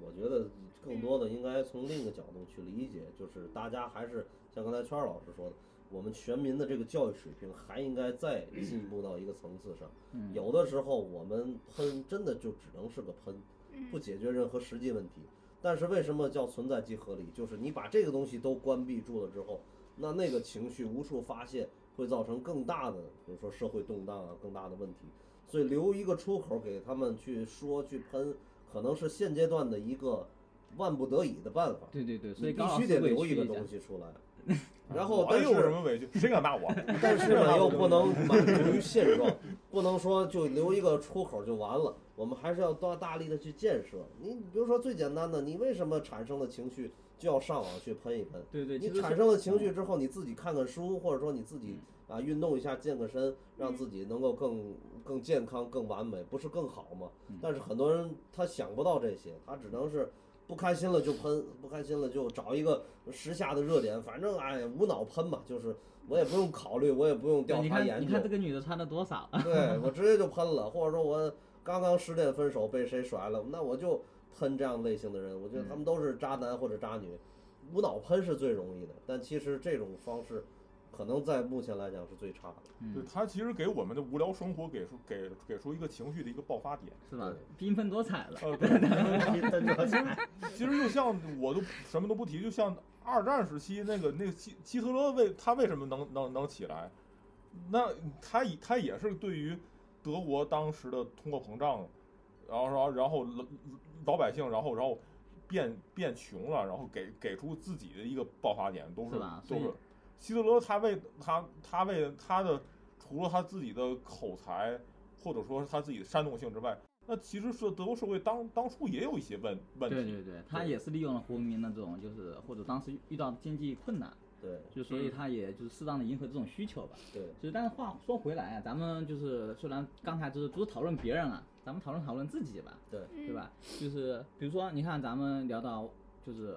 D: 我觉得更多的应该从另一个角度去理解，就是大家还是像刚才圈儿老师说的，我们全民的这个教育水平还应该再进步到一个层次上。
B: 嗯
D: 有的时候我们喷真的就只能是个喷，
C: 嗯
D: 不解决任何实际问题。但是为什么叫存在即合理？就是你把这个东西都关闭住了之后，那那个情绪无处发泄，会造成更大的，比如说社会动荡啊，更大的问题。所以留一个出口给他们去说去喷，可能是现阶段的一个万不得已的办法。
B: 对对对，所
D: 你
B: 以高
D: 必
B: 老
D: 须
B: 师
D: 得
B: 委
D: 留
B: 屈
D: 一个
B: 下
D: 东西出来。 然后，
E: 哎我
D: 但
E: 有什
D: 是
E: 么委屈？谁敢骂我？
D: 但是呢，又不能满足于现状，不能说就留一个出口就完了。我们还是要多大力的去建设。你比如说最简单的，你为什么产生了情绪就要上网去喷一喷？
B: 对对，
D: 你
B: 其实嗯
D: 产
B: 是
D: 生了情绪之后，你自己看看书，或者说你自己啊运动一下、健个身，让
C: 嗯
D: 自己能够更更健康、更完美，不是更好吗？
B: 嗯
D: 但是很多人他想不到这些，他只能是不开心了就喷，不开心了就找一个时下的热点，反正哎无脑喷嘛，就是我也不用考虑，我也不用调
B: 你
D: 查
B: 看
D: 研
B: 你
D: 究
B: 看，这个女的穿的多少，
D: 对我直接就喷了，或者说我刚刚失恋分手被谁甩了，那我就喷这样类型的人，我觉
F: 嗯
D: 得他们都是渣男或者渣女，无脑喷是最容易的，但其实这种方式可能在目前来讲是最差的。
E: 对
B: 嗯，
E: 他其实给我们的无聊生活给出给给出一个情绪的一个爆发点。
B: 是吧？缤纷多彩了，
E: 呃，对
G: 凉了。
E: 其实就像我都什么都不提，就像二战时期那个那个希希特勒为他为什么能能能起来，那他也他也是对于德国当时的通货膨胀，然后然后然后老老百姓然后然后变变穷了，然后给给出自己的一个爆发点，都是
B: 是吧
E: 都
B: 所
E: 是
B: 以
E: 希特勒他为他他为他的除了他自己的口才或者说他自己的煽动性之外。那其实是德国社会当当初也有一些问问题，
B: 对对对，他
D: 对
B: 也是利用了国民那种就是或者当时遇到经济困难，
D: 对
B: 就所以
D: 嗯
B: 他也就是适当的迎合这种需求吧。
D: 对，
B: 就是，但是话说回来啊，咱们就是虽然刚才就是不是讨论别人啊，咱们讨论讨论自己吧，
D: 对
B: 对吧？
C: 嗯
B: 就是比如说，你看咱们聊到就是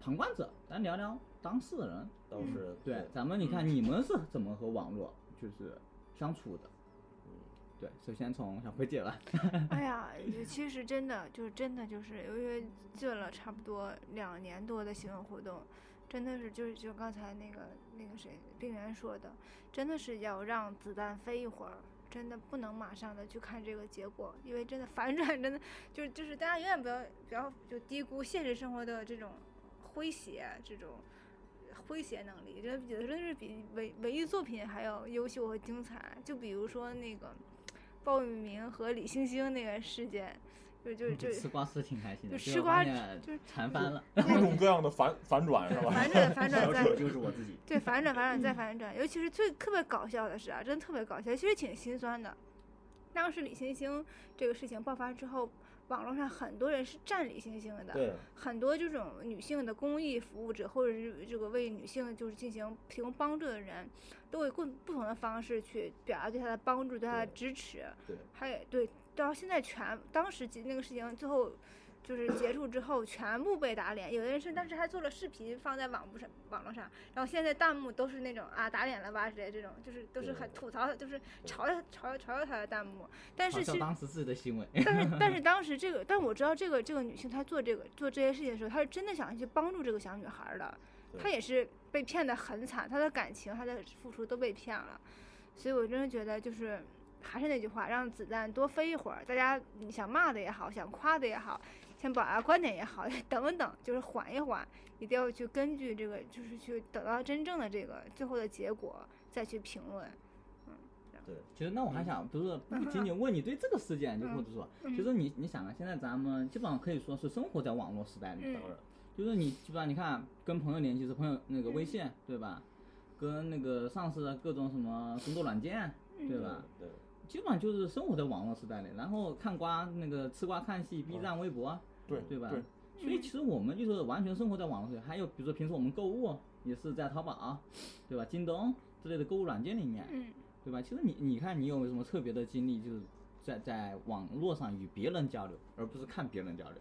B: 旁观者，咱聊聊当事人。
D: 当事
F: 嗯
D: 人
B: 对，咱们你看你们是怎么和网络就是相处的？对，首先从小辉姐吧。
C: 哎呀，也其实真的就是真的就是，由于做了差不多两年多的新闻活动，真的是就是就刚才那个那个谁病源说的，真的是要让子弹飞一会儿，真的不能马上的去看这个结果，因为真的反转真的就是就是大家永远不要不要就低估现实生活的这种诙谐这种。诙谐能力，真的有的真是比文文艺作品还要优秀和精彩。就比如说那个鲍玉明和李星星那个事件，就就就
B: 吃瓜是挺开心的，
C: 就
B: 结
C: 吃
B: 果发
C: 瓜
B: 现
C: 就是
B: 馋翻了。
E: 各种各样的反反转是
C: 对
E: 吧？
C: 反转反转
G: 小
C: 再
G: 丑就是我自己。
C: 对，反转，反转，再反转，尤其是最特别搞笑的是啊，真特别搞笑，其实挺心酸的。当时李星星这个事情爆发之后，网络上很多人是站李星星的，
D: 对
C: 很多这种女性的公益服务者，或者是这个为女性就是进行提供帮助的人，都会用不同的方式去表达对她的帮助、对她的
D: 对
C: 支持。
D: 对
C: 还有对到现在全当时记那个事情最后就是结束之后全部被打脸，有的人是当时还做了视频放在网不上网络上，然后现在弹幕都是那种啊打脸了吧之类这种，就是都是很吐槽，就是嘲笑嘲嘲笑他的弹幕，但
B: 嘲
C: 是
B: 笑
C: 其
B: 当时自己的行为。
C: 但是但是当时这个，但我知道这个这个女性她做这个做这些事情的时候，她是真的想去帮助这个小女孩儿的，她
D: 对
C: 也是被骗的很惨，她的感情、她的付出都被骗了，所以我真的觉得就是还是那句话，让子弹多飞一会儿，大家你想骂的也好，想夸的也好，想表达观点也好， 等等，就是缓一缓，一定要去根据这个，就是去等到真正的这个最后的结果再去评论，
B: 其实那我还想，不是不仅仅问你对这个事件，就或者说，
C: 嗯
B: 其实你你想啊，现在咱们基本上可以说是生活在网络时代里的，
C: 嗯
B: 就是你基本上你看跟朋友联系是朋友那个微
C: 嗯
B: 信、对吧？跟那个上司的各种什么工作软件
C: 嗯
B: 对吧？
D: 对，
B: 基本上就是生活在网络时代里，然后看瓜那个吃瓜看戏，B 站、微博，
E: 对
B: 对吧？
E: 对
B: 所
C: 嗯
B: 以其实我们就是完全生活在网络里，还有比如说平时我们购物也是在淘宝，对吧？京东之类的购物软件里面，
C: 嗯
B: 对吧？其实你你看你有没有什么特别的经历，就是在在网络上与别人交流，而不是看别人交流，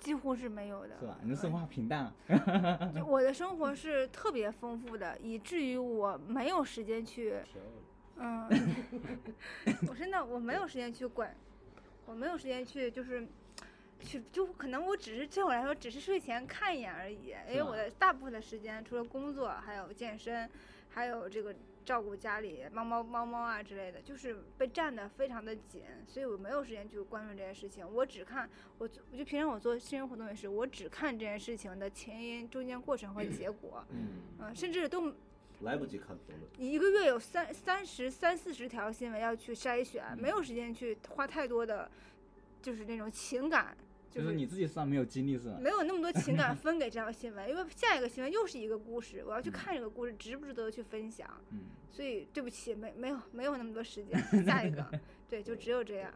C: 几乎是没有的，
B: 是吧？你的生活好平淡啊，
C: 就我的生活是特别丰富的，以至于我没有时间去，嗯， 我真的我没有时间去管，我没有时间去就是。去就可能我只是对我来说只是睡前看一眼而已，因为
B: 是吧
C: 我的大部分的时间除了工作，还有健身，还有这个照顾家里猫猫猫猫啊之类的，就是被占的非常的紧，所以我没有时间去关注这些事情，我只看我做我就平常我做新人活动也是，我只看这件事情的前因、中间过程和结果，
D: 嗯，
C: 嗯、甚至都
D: 来不及看评论，
C: 一个月有三三十三四十条新闻要去筛选，没有时间去花太多的，就是那种情感，就
B: 就是
C: 是
B: 你自己身上没有经历是吧？
C: 没有那么多情感分给这条新闻，因为下一个新闻又是一个故事，我要去看这个故事值不值得去分享，
B: 嗯，
C: 所以对不起，没没有没有那么多时间，下一个，对，就只有这样，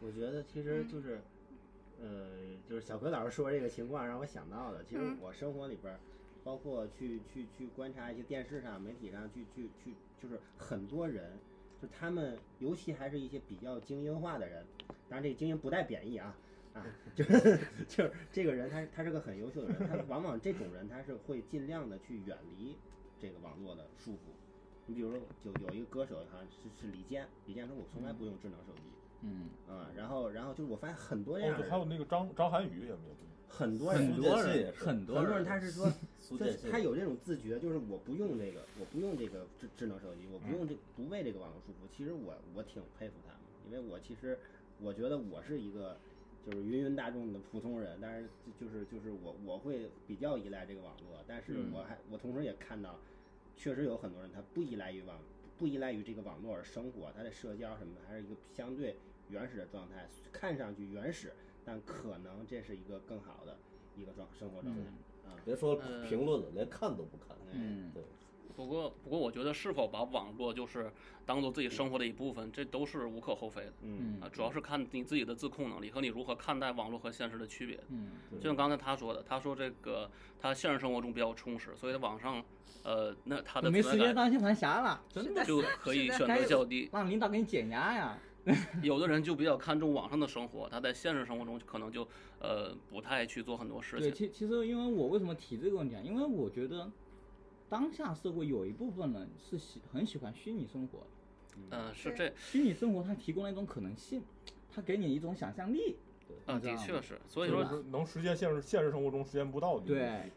G: 我觉得其实
C: 嗯
G: 就是，呃，就是小柯老师说这个情况让我想到的，其实
C: 嗯
G: 我生活里边儿，包括去去去观察一些电视上、媒体上，去去去，就是很多人，就他们，尤其还是一些比较精英化的人，当然这个精英不带贬义啊。啊，就是就是这个人他，他是个很优秀的人，他往往这种人他是会尽量的去远离这个网络的束缚。你比如说，就有一个歌手，好像是是李健，李健说我从来不用智能手机，
B: 嗯，
G: 啊、然后然后就是我发现很多这
E: 哦
G: 样的
E: 对，还有
G: 人，
E: 那个张张涵予也没有。
G: 很多人
B: 很
D: 苏
B: 多
D: 建信
B: 人
D: 也是
B: 很
G: 很多
B: 多
G: 人他是说，
D: 苏
G: 就
D: 建
G: 是
D: 信
G: 他有这种自觉，就是我不用这个，我不用这个智智能手机，我不用这不为这个网络束缚。其实我我挺佩服他们，因为我其实我觉得我是一个就是芸芸大众的普通人，但是就就是就是我我会比较依赖这个网络，但是
B: 嗯
G: 我还我同时也看到，确实有很多人他不依赖于网不依赖于这个网络而生活，他的社交什么的还是一个相对原始的状态，看上去原始，但可能这是一个更好的一个状生活状态。啊。
D: 别说
F: 嗯
D: 评论了，连看都不看，
F: 哎
B: 嗯
D: 对，
F: 不过，不过我觉得是否把网络就是当做自己生活的一部分，这都是无可厚非的
G: 嗯
F: 啊。主要是看你自己的自控能力和你如何看待网络和现实的区别。
B: 嗯，
F: 就像刚才他说的，他说这个他现实生活中比较充实，所以在网上，呃，那他的
B: 嗯哎没时
F: 存
B: 间
F: 在感
B: 当键盘侠了，真的，
F: 就可以选择较低。
B: 让领导给你减压呀。
F: 有的人就比较看重网上的生活，他在现实生活中可能就呃不太去做很多事
B: 对，
F: 情。
B: 其其实因为我为什么提这个问题啊？因为我觉得当下社会有一部分人是喜很喜欢虚拟生活的，
F: 嗯、是这
C: 对
B: 虚拟生活它提供了一种可能性，它给你一种想象力。
F: 啊、
B: 你知道
F: 的
B: 吗
F: 确是，所以
B: 是
F: 说
B: 吧
E: 就是能实现现实现实生活中实现不到的，
B: 对，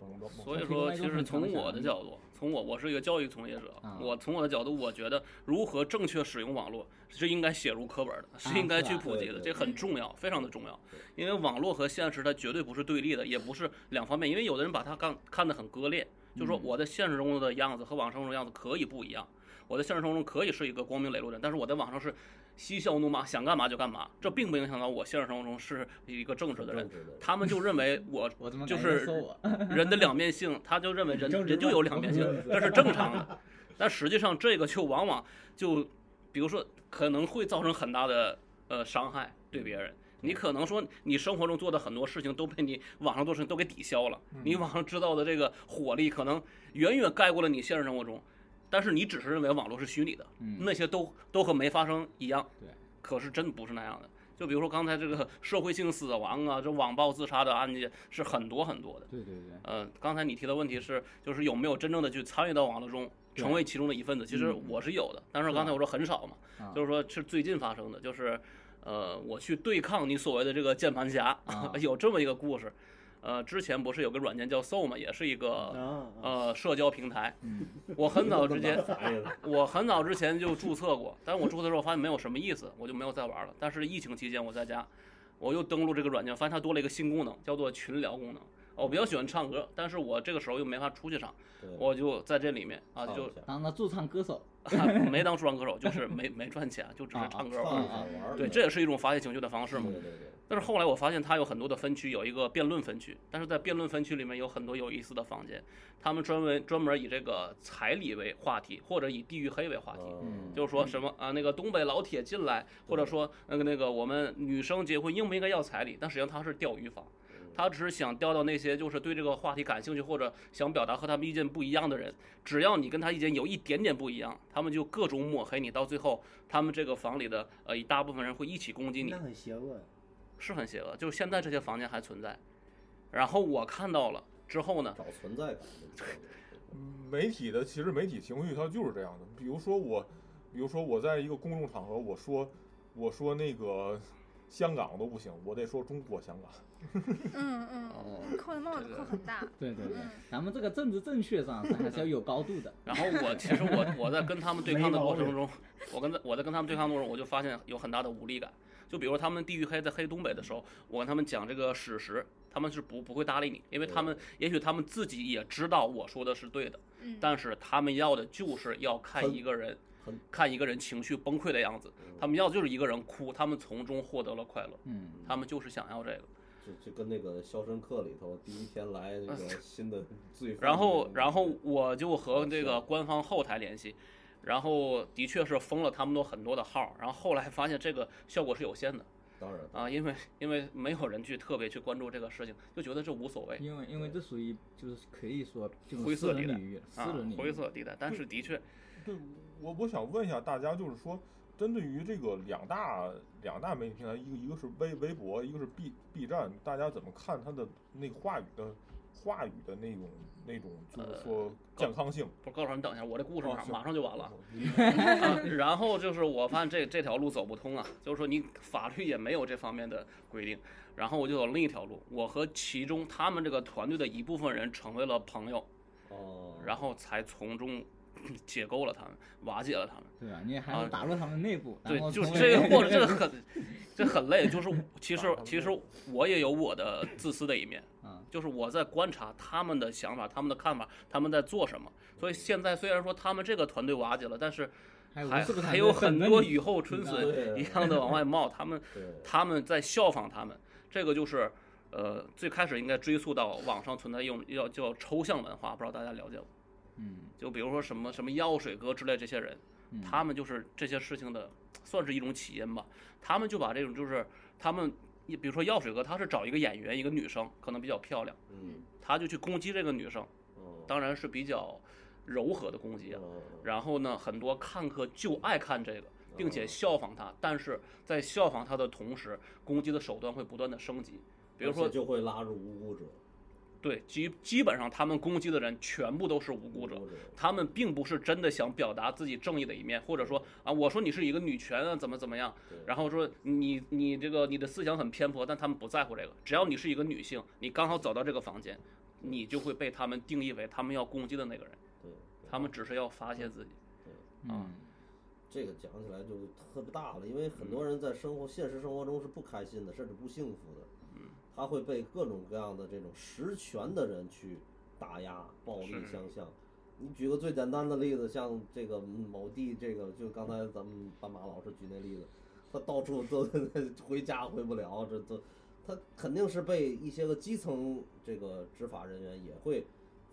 F: 所以
B: 提供
F: 说，
B: 了一
F: 其
B: 种
F: 实
B: 很强
F: 从
B: 的
F: 我
B: 想
F: 的
B: 象
F: 角度，从我我是一个教育从业者
B: 啊，
F: 我从我的角度，我觉得如何正确使用网络是应该写入课本的，是应该
B: 是吧
F: 去普及
D: 对
F: 的，
D: 对
F: 这
D: 对
F: 很重要，非常的重要。因为网络和现实它绝对不是对立的，也不是两方面，因为有的人把它看看得很割裂，就说我在现实中的样子和网上中的样子可以不一样，我在现实生活中可以是一个光明磊落的人，但是我在网上是。嬉笑怒骂，想干嘛就干嘛，这并不影响到我现实生活中是一个正直的
D: 很
F: 人
D: 正直的人。
F: 他们就认为我
B: 我怎么
F: 就
B: 感觉
F: 是
B: 说我？
F: 人的两面性，他就认为人
G: 正直
F: 人就
G: 吗
F: 有两面性，这是正常的。但实际上，这个就往往就，比如说，可能会造成很大的呃伤害对别人。你可能说你生活中做的很多事情都被你网上做的事情都给抵消了，你网上知道的这个火力可能远远盖过了你现实生活中，但是你只是认为网络是虚拟的，
B: 嗯
F: 那些都都和没发生一样。
B: 对，
F: 可是真不是那样的。就比如说刚才这个社会性死亡啊，这网暴自杀的案件是很多很多的。
B: 对对对，
F: 呃，刚才你提的问题是，就是有没有真正的去参与到网络中，
B: 对
F: 成为其中的一份子？其实
B: 嗯
F: 我是有的，但是
B: 是
F: 刚才
B: 吧
F: 我说很少嘛，
B: 啊
F: 就是说是最近发生的，就是呃，我去对抗你所谓的这个键盘侠，
B: 啊
F: 有这么一个故事。呃，之前不是有个软件叫 Soul 嘛，也是一个
G: 啊啊
F: 呃社交平台，
B: 嗯
F: 我很早 之前
D: 这么大反应
F: 我很早之前就注册过，但是我注册的时候发现没有什么意思，我就没有再玩了。但是疫情期间我在家，我又登录这个软件，发现它多了一个新功能，叫做群聊功能。哦我比较喜欢唱歌，但是我这个时候又没法出去唱，
D: 对
F: 我就在这里面啊，
D: 唱
F: 就
D: 一下
B: 当个驻唱歌手，
F: 没当说唱歌手，就是没没赚钱，就只是唱歌
D: 啊唱嗯
F: 玩
D: 一。下玩儿
F: 对，这也是一种发泄情绪的方式嘛。
D: 对对对，
F: 但是后来我发现它有很多的分区，有一个辩论分区，但是在辩论分区里面有很多有意思的房间，他们专门专门以这个彩礼为话题，或者以地域黑为话题。
D: 嗯，
F: 就是说什么啊，那个东北老铁进来，或者说那个那个我们女生结婚应不应该要彩礼？但实际上他是钓鱼房，他只是想钓到那些就是对这个话题感兴趣或者想表达和他们意见不一样的人。只要你跟他意见有一点点不一样，他们就各种抹黑你，到最后他们这个房里的呃一大部分人会一起攻击你
G: 那，很邪恶呀。
F: 是很邪恶。就是现在这些房间还存在，然后我看到了之后呢，
D: 找存在感。
E: 媒体的其实媒体情绪它就是这样的。比如说我，比如说我在一个公众场合，我说我说那个香港都不行，我得说中国香港。
C: 嗯嗯，
F: 哦，
C: 扣的帽子扣很大，
B: 对对对
C: 嗯，
B: 咱们这个政治正确上是还是要有高度的，
F: 然后我其实我我在跟他们对抗的过程中，我跟我在跟他们对抗的过程中，我就发现有很大的无力感。就比如他们地域黑在黑东北的时候，我跟他们讲这个史实，他们是不不会搭理你，因为他们也许他们自己也知道我说的是对的，
C: 嗯，
F: 但是他们要的就是要看
D: 很
F: 一个人
D: 很，嗯
F: 看一个人情绪崩溃的样子，他们要的就是一个人哭，他们从中获得了快乐，
B: 嗯，
F: 他们就是想要这个。
D: 就就跟那个《肖申克》里头第一天来那 个新的罪犯，
F: 然后，然后我就和这个官方后台联系，然后的确是封了他们的很多的号，然后后来发现这个效果是有限的
D: 当然
F: 啊，因为因为没有人去特别去关注这个事情，就觉得这无所谓
B: 嗯因为因为这属于就是可以说这种
F: 灰
B: 私
F: 色地
B: 人
F: 带
B: 领域，私
F: 啊
B: 人领，域，
F: 灰色地带。但是的确，
E: 对，我我想问一下大家，就是说，针对于这个两大两大媒体平台，一个一个是微微博，一个是 B B 站，大家怎么看它的那个话语的话语的那种那种，就是说健康性？
F: 不是高老师，你等一下，我这故事
E: 哦
F: 马
E: 行
F: 马上就完了。
E: 你
F: 啊，然后就是我发现这这条路走不通啊，就是说你法律也没有这方面的规定，然后我就走另一条路，我和其中他们这个团队的一部分人成为了朋友，
D: 哦，
F: 然后才从中 解构了他们，瓦解了他们。
B: 对吧？你还能打入他们内部，然
F: 啊对，
B: 后
F: 就是
B: 成为
F: 这个 或者这个很，这很累。就是其实
E: 打他们
F: 其实我也有我的自私的一面，
B: 啊，
F: 就是我在观察他们的想法、他们的看法、他们在做什么。所以现在虽然说他们这个团队瓦解了，但是
B: 还有
F: 还
B: 是不是
F: 还有很多
B: 语
F: 雨后春
D: 对
F: 笋一样的往外冒，他们
D: 对，
F: 他们在效仿他们，这个就是。呃，最开始应该追溯到网上存在用要叫抽象文化，不知道大家了解吗？
B: 嗯，
F: 就比如说什么什么药水哥之类这些人，
B: 嗯
F: 他们就是这些事情的算是一种起因吧。他们就把这种就是他们，你比如说药水哥，他是找一个演员，一个女生可能比较漂亮，
D: 嗯，
F: 他就去攻击这个女生，
D: 哦嗯
F: 当然是比较柔和的攻击啊。然后呢，很多看客就爱看这个，
D: 哦
F: 并且效仿他，但是在效仿他的同时，攻击的手段会不断的升级。比如
D: 嗯而
F: 说
D: 且，就会拉入无辜者，
F: 对基基本上他们攻击的人全部都是无辜者，
D: 无辜者，
F: 他们并不是真的想表达自己正义的一面，或者说啊，我说你是一个女权啊，怎么怎么样，
D: 对
F: 然后说你你这个你的思想很偏颇，但他们不在乎这个，只要你是一个女性，你刚好走到这个房间，你就会被他们定义为他们要攻击的那个人，
D: 对，
F: 他们只是要发泄自己。
B: 嗯
D: 这个讲起来就特别大了，因为很多人在生活现实生活中是不开心的，甚至不幸福的，他会被各种各样的这种实权的人去打压、暴力
F: 是
D: 相向。你举个最简单的例子，像这个某地，这个就刚才咱们斑马老师举那例子，他到处都 回家回不了，这都他肯定是被一些个基层这个执法人员也会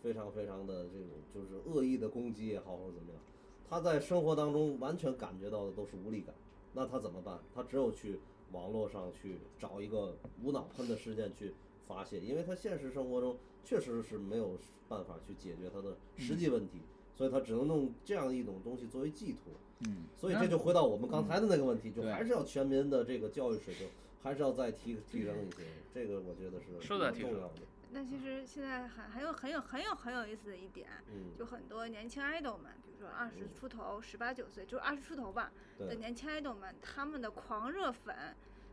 D: 非常非常的这种就是恶意的攻击也好或者怎么样，他在生活当中完全感觉到的都是无力感，那他怎么办？他只有去网络上去找一个无脑喷的事件去发泄，因为他现实生活中确实是没有办法去解决他的实际问题，所以他只能弄这样一种东西作为寄托。
B: 嗯，
D: 所以这就回到我们刚才的那个问题，就
B: 对
D: 还是要全民的这个教育水平，还是要再提提升一些。这个我觉得是
F: 是的
D: 比
F: 提
D: 较
F: 升
D: 重要的。
C: 那其实现在还还有很有很有很有意思的一点，
D: 嗯，
C: 就很多年轻 idol 们，比如说二十
D: 嗯
C: 出头、十八九岁，就二十出头吧的
D: 对
C: 年轻 idol 们，他们的狂热粉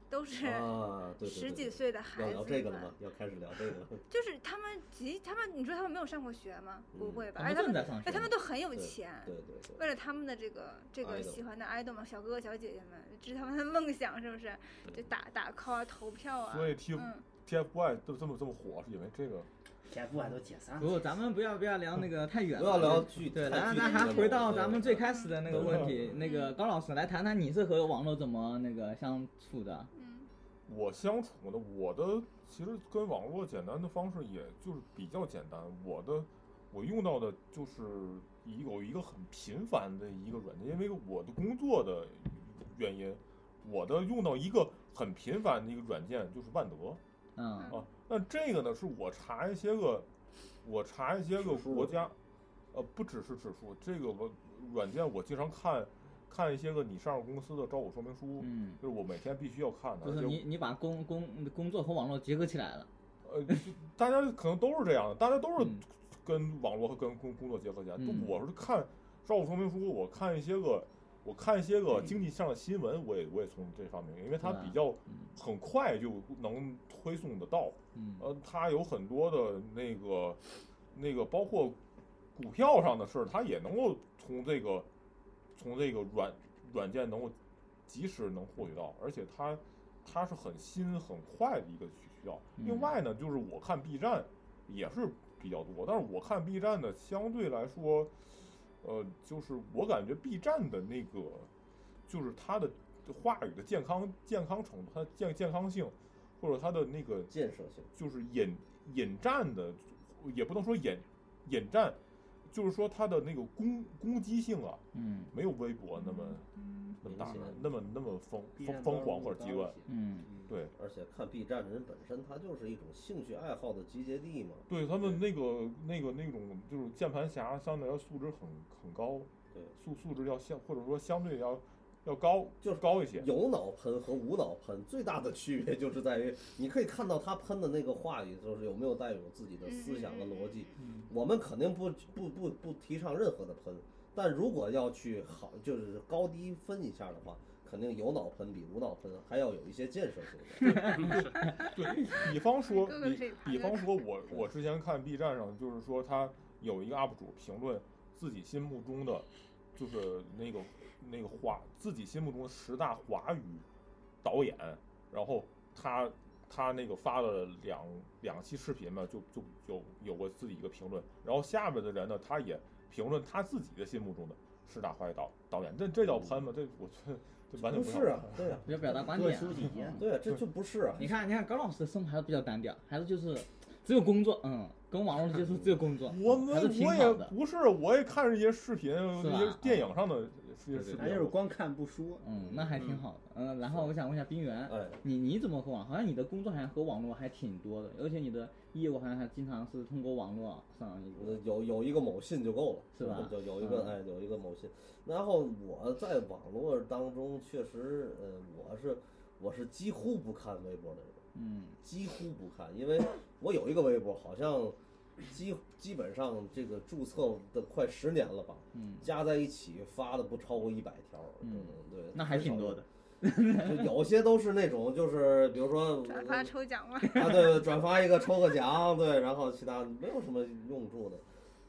C: 都是
D: 啊，对对对
C: 十几岁的
D: 要
C: 孩子
D: 聊这个了
C: 们
D: 吗？要开始聊这个了。
C: 就是他们极他们，你说他们没有上过学吗？不
D: 嗯
C: 会吧？
B: 他们
C: 而且他
B: 正
C: 们
B: 在上
C: 哎，他
B: 学
C: 们都很有
D: 对
C: 钱，
D: 对对
C: 为
D: 对，
C: 了他们的这个这个
D: idol
C: 喜欢的 idol 们，小哥哥小姐姐们，这是他们的梦想，是不是？就打打 call 啊，投票啊，
E: 所以 T
C: 嗯，
E: TFBOY 都这么这么火，是因为这个
G: 前夫还都解散了，
B: 不，咱们不要不要聊那个太远了，
D: 不要聊具
B: 对，
D: 太
B: 咱
D: 具体
B: 咱还
D: 的
B: 回
D: 了
B: 到
D: 对
B: 咱们最开始的那个问题，
C: 嗯
B: 那个高老师来谈谈你是和网络怎么那个相处的？
C: 嗯
E: 我相处的，我的其实跟网络简单的方式，也就是比较简单。我的我用到的就是一有一个很频繁的一个软件，因为我的工作的原因，我的用到一个很频繁的一个软件就是万德
B: 嗯
D: 哦
E: 啊。那这个呢，是我查一些个，我查一些个
D: 指数
E: 国家，呃，不只是指数，这个我软件我经常看看一些个你上市公司的招股说明书，
B: 嗯，
E: 就是我每天必须要看的。
B: 就是
E: 而且
B: 你你把工工工作和网络结合起来了，
E: 呃，就大家可能都是这样的，大家都是
B: 嗯
E: 跟网络和跟工工作结合起来。
B: 嗯
E: 我是看招股说明书，我看一些个，我看一些
B: 嗯
E: 个经济上的新闻，我也我也从这方面，因为它
B: 对啊
E: 比较
B: 嗯
E: 很快就能推送得到。
B: 嗯
E: 呃，它有很多的那个那个，包括股票上的事儿，它也能够从这个从这个软软件能够及时能获取到，而且它它是很新很快的一个需要。另
B: 嗯
E: 外呢，就是我看 B 站也是比较多，但是我看 B 站的相对来说，呃，就是我感觉 B 站的那个就是它的话语的健康健康程度，它的健健康性。或者它的那个
D: 建设性。
E: 就是引引战的，也不能说引引战，就是说它的那个攻攻击性啊，
B: 嗯
E: 没有微博那么那么大
D: 嗯明显，
E: 那么那么疯
G: 必
E: 疯
G: 然
E: 疯
G: 都
E: 狂
G: 是
E: 或者极
G: 高
E: 端
G: 一。些
B: 嗯，
E: 对
D: 而且看 B 站的人本身，他就是一种兴趣爱好的集结地嘛。
E: 对，他们那个那个那种就是键盘侠，相对来说素质很很高，
D: 对，
E: 素素质要相或者说相对要要高，
D: 就是
E: 高一些。
D: 有脑喷和无脑喷最大的区别就是在于，你可以看到他喷的那个话语，就是有没有带有自己的思想和逻辑。我们肯定不不不不提倡任何的喷，但如果要去好就是高低分一下的话，肯定有脑喷比无脑喷还要有一些建设性的。
E: 对，比方说，
C: 各个
E: 比
C: 这
E: 比
C: 个
E: 方说我我之前看 B 站上，就是说他有一个 UP 主评论自己心目中的，就是那个那个华自己心目中的十大华语导演，然后他他那个发了两两期视频嘛，就就有有过自己一个评论，然后下面的人呢，他也评论他自己的心目中的十大华语导导演，这这叫喷吗？这我觉得这 完
D: 嗯
E: 全
D: 不
E: 不像
D: 是啊，对啊，
B: 比较表达观
G: 多
B: 点啊。
G: 休息一下
D: 对啊，这就不是啊。
B: 你看你看高老师的生活还是比较单调，还是就是只有工作，嗯，跟网络的接触只有工作， 嗯
E: 我
B: 还
E: 们
B: 是挺
E: 我
B: 好
E: 也
B: 的。
E: 不是，我也看着一些视频，
B: 是
E: 一
B: 吧
E: 些电影上的视视
G: 咱就是
E: 频。
G: 光看不说。
B: 嗯，那还挺好的。嗯，然后我想问一下冰原，
E: 嗯
D: 哎，
B: 你你怎么和网？好像你的工作好像和网络还挺多的，而且你的业务好像还经常是通过网络上一个。
D: 呃有有一个某信就够了，
B: 是吧
D: 就有一个、
B: 嗯
D: 哎，有一个某信。然后我在网络当中确实，呃，我是我是几乎不看微博的人，
B: 嗯
D: 几乎不看，因为我有一个微博，好像基基本上这个注册的快十年了吧，
B: 嗯，
D: 加在一起发的不超过一百条，
B: 嗯
D: 对，
B: 那还挺多的。
D: 就有些都是那种，就是比如说
C: 嗯转
D: 我
C: 发抽奖 嘛，
D: 啊，对，转发一个抽个奖，对，然后其他没有什么用处的。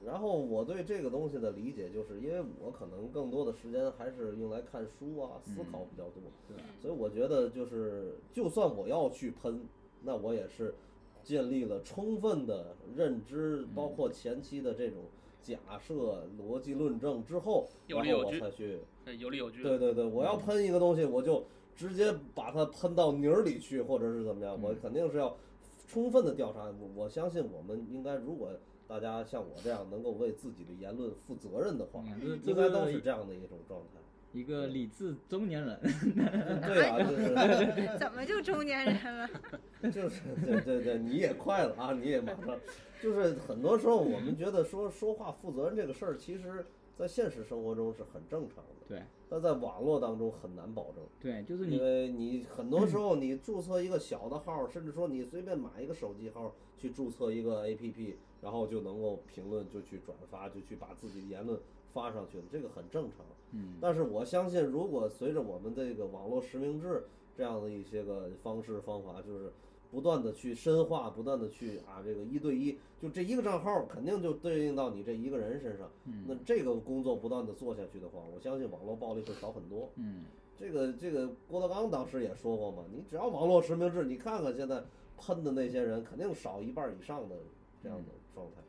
D: 然后我对这个东西的理解，就是因为我可能更多的时间还是用来看书啊、思考比较多，
F: 嗯
D: 所以我觉得就是，就算我要去喷，那我也是建立了充分的认知，包
F: 嗯
D: 括前期的这种假设、逻辑论证之后，
F: 有
D: 然
F: 理
D: 后
F: 有
D: 我
F: 据
D: 才去
F: 哎有理有据。
D: 对对对，我要
B: 嗯
D: 喷一个东西，我就直接把它喷到泥儿里去，或者是怎么样，我
B: 嗯
D: 肯定是要充分的调查。我我相信我们应该，如果大家像我这样能够为自己的言论负责任的话，
B: 嗯这
D: 应该
B: 这
D: 都
B: 个
D: 是这样的一种状态。
B: 一个理智中年人。
D: 对啊，就是
C: 怎么就中年人了？
D: 就是对对对，你也快了啊，你也马上，就是很多时候我们觉得说说话负责任这个事儿，其实在现实生活中是很正常的，
B: 对
D: 但在网络当中很难保证。
B: 对，就是
D: 因
B: 你嗯
D: 为你很多时候你注册一个小的号，甚至说你随便买一个手机号去注册一个 APP，然后就能够评论，就去转发，就去把自己的言论发上去了，这个很正常。
B: 嗯，
D: 但是我相信，如果随着我们这个网络实名制这样的一些个方式方法，就是不断的去深化，不断的去啊这个一对一，就这一个账号肯定就对应到你这一个人身上。
B: 嗯
D: 那这个工作不断的做下去的话，我相信网络暴力会少很多。
B: 嗯，
D: 这个这个郭德纲当时也说过嘛，你只要网络实名制，你看看现在喷的那些人，肯定少一半以上的这样的状态。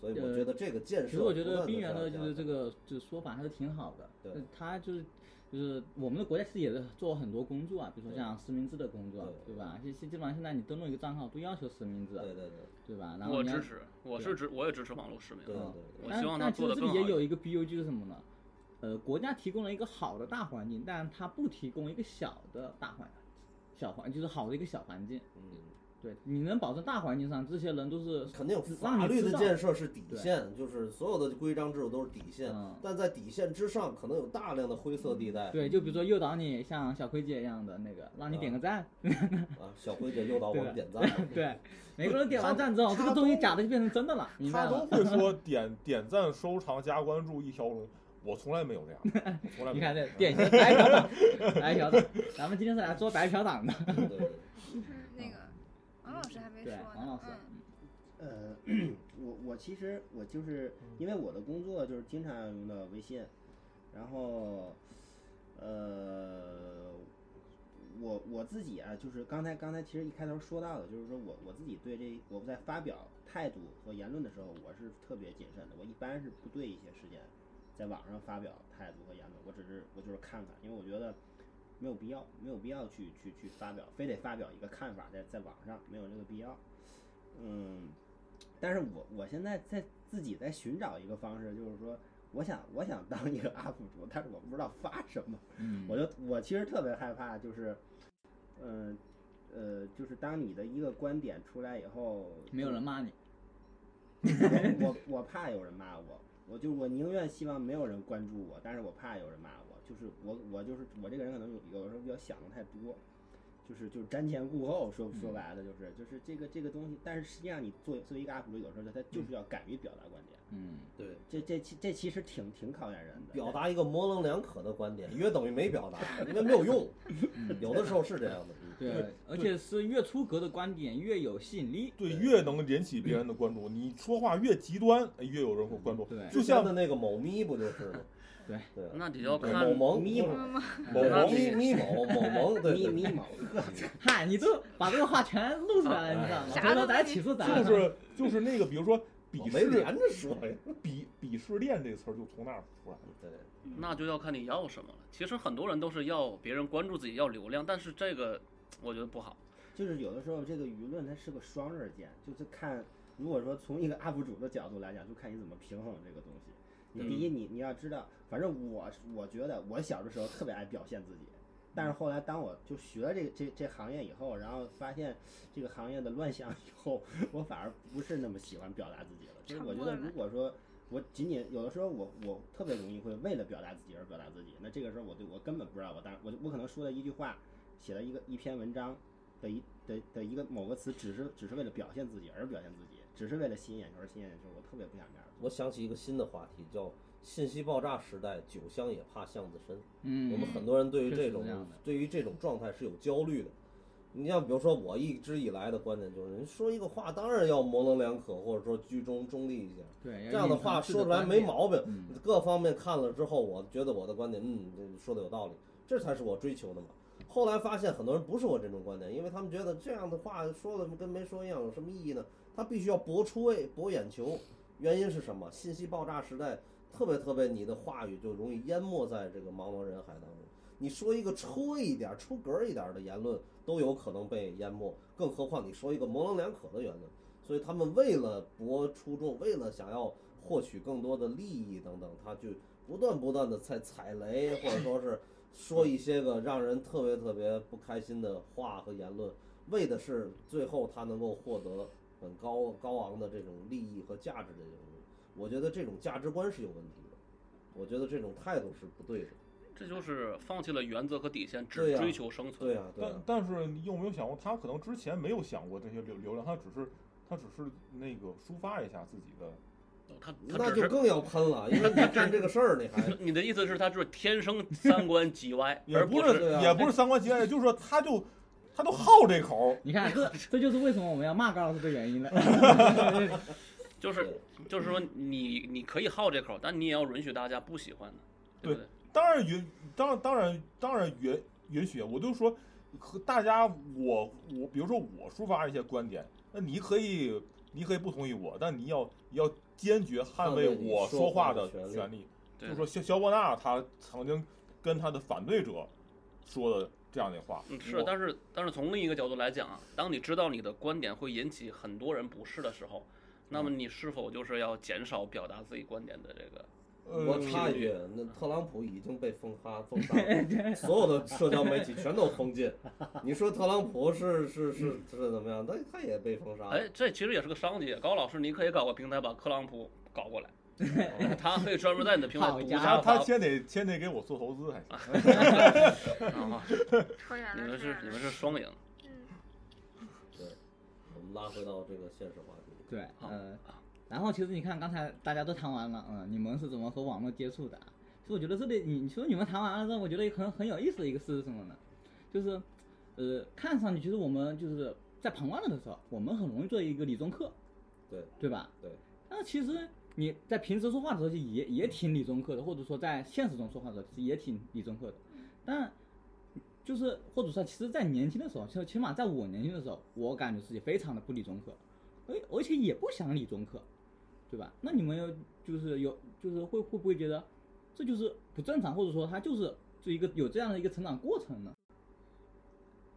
D: 所以我觉得这个建
B: 呃其
D: 设，
B: 实我觉得冰原
D: 的
B: 的就是这，个就是说法还是挺好的。
D: 对
B: 呃，他就是就是我们的国家其实也是做了很多工作啊，比如说像实名制的工作，
D: 对
B: 对吧？其实基本上现在你登录一个账号都要求实名制，
D: 对对对
B: 对吧？然后
F: 我
B: 你要
F: 支持，我是支，我也支持网络实名
D: 对。
B: 嗯
D: 对
F: 我
D: 对，
B: 但
F: 希望他
B: 但其
F: 做
B: 实
F: 得
B: 这
F: 更
B: 里
F: 好
B: 也
F: 一
B: 有
F: 点
B: 一个 BUG 是什么呢？呃，国家提供了一个好的大环境，但它不提供一个小的大环小环，就是好的一个小环境。
D: 嗯，
B: 对，你能保证大环境上这些人都是
D: 肯定
B: 让
D: 法
B: 你
D: 律
B: 知
D: 的
B: 道
D: 建设是底线，就是所有的规章制度都是底线
B: 嗯，
D: 但在底线之上，可能有大量的灰色地带。
B: 对，就比如说诱导你像小葵姐一样的那个，让你点个赞，
D: 啊，小辉姐诱导我们点赞，
B: 对，每个人点完赞之后，这个东西假的就变成真的了，明白
E: 他都
B: 了？
E: 会说点点赞、收藏、加关注一条龙，我从来没有这样，我从来没 有。
B: 你看这典型白嫖党，白嫖党，咱们今天是来做白嫖党的。
D: 对对 对，
C: 嗯那个王老师还没说
B: 对
C: 呢，，
B: 王老师，
C: 嗯
G: 呃， 我我其实我就是因为我的工作就是经常要用到微信，然后，呃，我我自己啊，就是刚才刚才其实一开头说到的，就是说我我自己对这我在发表态度和言论的时候，我是特别谨慎的，我一般是不对一些事件在网上发表态度和言论，我只是我就是看看，因为我觉得。没有必要，没有必要去去去发表，非得发表一个看法在在网上，没有这个必要。嗯，但是我我现在在自己在寻找一个方式，就是说，我想我想当一个 UP 主，但是我不知道发什么，
B: 嗯
G: 我就我其实特别害怕，就是，嗯呃就是当你的一个观点出来以后，
B: 没有人骂你，
G: 我我我怕有人骂我，我就我宁愿希望没有人关注我，但是我怕有人骂我，就是我我就是我这个人可能有有时候比较想的太多，就是就是瞻前顾后，说
D: 嗯
G: 说白了就是就是这个这个东西，但是实际上你做作为一个 UP 主，有时候他
D: 嗯
G: 就是要敢于表达观点，
B: 嗯，
D: 对，
G: 这这其这其实挺挺考验人的，
D: 表达一个模棱两可的观点，约等于没表达，因为没有 用，嗯有的时候是这样的。嗯
B: 对，而且是越出格的观点越有吸引力。
E: 对，越能引起别人的关注，你说话越极端，哎越有人会关注。
B: 对
E: 就
D: 像
E: 像
D: 的那个某咪不就是吗？
B: 对
D: 对，
F: 那得要
D: 对
F: 看
D: 某萌
G: 咪
C: 嗯
G: 某
D: 某
E: 某
F: 那
E: 萌
D: 咪
F: 你
D: 咪某某萌，对
G: 迷
D: 对
G: 迷
D: 对
G: 茫，
B: 嗨，你都把这个话全录出来了，你知道吗？
C: 啥
B: 回
C: 都
B: 头咱
C: 不
B: 起诉咱。
E: 就是就是那个，比如 说
D: 我
E: 鄙
D: 没
E: 视
D: 连着说呀。
E: 鄙鄙视链这个词儿就从那儿出来的。
D: 对，
F: 那就要看你要什么了。其实很多人都是要别人关注自己，要流量，但是这个我觉得不好。
G: 就是有的时候这个舆论它是个双刃剑，就是看如果说从一个 UP 主的角度来讲，就看你怎么平衡这个东西。你第一，你你要知道，反正我我觉得我小的时候特别爱表现自己，但是后来当我就学了这个这这行业以后，然后发现这个行业的乱象以后，我反而不是那么喜欢表达自己了。就是我觉得，如果说我仅仅有的时候我我特别容易会为了表达自己而表达自己，那这个时候我对我根本不知道我当我就我可能说了一句话，写了一个一篇文章的一的的一个某个词，只是只是为了表现自己而表现自己，只是为了吸引眼球而吸引眼球，我特别不想这样。
D: 我想起一个新的话题，叫“信息爆炸时代，酒香也怕巷子深”。
B: 嗯，
D: 我们很多人对于
B: 确实
D: 这
B: 是
D: 种
B: 这样的
D: 对于这种状态是有焦虑的。你像比如说我一直以来的观点就是，人说一个话当然要模棱两可，或者说居中中立一些。
B: 对
D: 这样的话说出来没毛病
B: 嗯，
D: 各方面看了之后，我觉得我的观点，嗯，这说的有道理，这才是我追求的嘛。后来发现很多人不是我这种观点，因为他们觉得这样的话说了跟没说一样，有什么意义呢？他必须要博出位、博眼球，原因是什么？信息爆炸时代，特别特别，你的话语就容易淹没在这个茫茫人海当中。你说一个出位一点、出格一点的言论，都有可能被淹没，更何况你说一个模棱两可的言论。所以他们为了博出众，为了想要获取更多的利益等等，他就不断不断的在踩雷，或者说是说一些个让人特别特别不开心的话和言论，为的是最后他能够获得很高高昂的这种利益和价值的这种东西。我觉得这种价值观是有问题的，我觉得这种态度是不对的。
F: 这就是放弃了原则和底线，
D: 对
F: 只
D: 呀
F: 追求生存。
D: 对呀、对呀、啊
E: 但但是你有没有想过，他可能之前没有想过这些流流量，他只是他只是那个抒发一下自己的，，
F: 他他
D: 那
F: 只
D: 就是更要喷了，因为你干这个事儿，你 还
F: 你的意思是，他就是天生三观极歪
E: 也
F: 而
E: 不
F: 是
D: 对啊
E: 也不是三观极爱，就是说他就他都好这口，
B: 你看，这这就是为什么我们要骂高老师的原因了。
E: 哦
F: 就是就
E: 嗯
F: 是说你你可以好这口，但你也要允许大家不喜欢的，对不对？
E: 当然允，当当然当然允允许。我就说和大家，我我比如说我抒发一些观点，那你可以你可以不同意我，但你要要坚决捍卫
D: 捍卫你
E: 我
D: 说
E: 说
D: 话
E: 话
D: 的
E: 的
D: 权利
E: 权利。
F: 对
E: 就说肖肖伯纳他曾经跟他的反对者说的这样的话，
F: 嗯，是
E: 我，
F: 但是但是从另一个角度来讲啊，当你知道你的观点会引起很多人不适的时候，那
E: 嗯
F: 么你是否就是要减少表达自己观点的这个？嗯
E: 呃
D: 我插一句，那特朗普已经被封哈封杀了，所有的社交媒体全都封禁。你说特朗普是是是是怎么样？他他也被封
E: 啊
D: 杀了。
F: 哎，这其实也是个商机。高老师，你可以搞个平台把特朗普搞过来，他可以专门在你的平台
B: 好
F: 独
B: 家
F: 家
E: 他
B: 伙
E: 他
F: 发。
E: 先得先得给我做投资才行。
F: 啊
A: 扯远
F: 你
A: 了，
F: 们
A: 扯
F: 是
A: 远
F: 你
A: 了
F: 们是双赢。
A: 嗯，
D: 对，我们拉回到这个现实话题。
B: 对，呃，然后其实你看刚才大家都谈完了，嗯、你们是怎么和网络接触的啊？其实我觉得这里，你说你们谈完了之后，我觉得很很有意思的一个事是什么呢？就是，呃，看上去其实我们就是在旁观了的时候，我们很容易做一个理综课，
D: 对
B: 对吧？
D: 对。
B: 但是其实你在平时说话的时候，也也挺理综课的，或者说在现实中说话的时候，其实也挺理综课的。但就是或者说，其实，在年轻的时候，就起码在我年轻的时候，我感觉自己非常的不理综课。而而且也不想理综课，对吧？那你们有就是有就是会会不会觉得这就是不正常，或者说他就是就一个有这样的一个成长过程呢？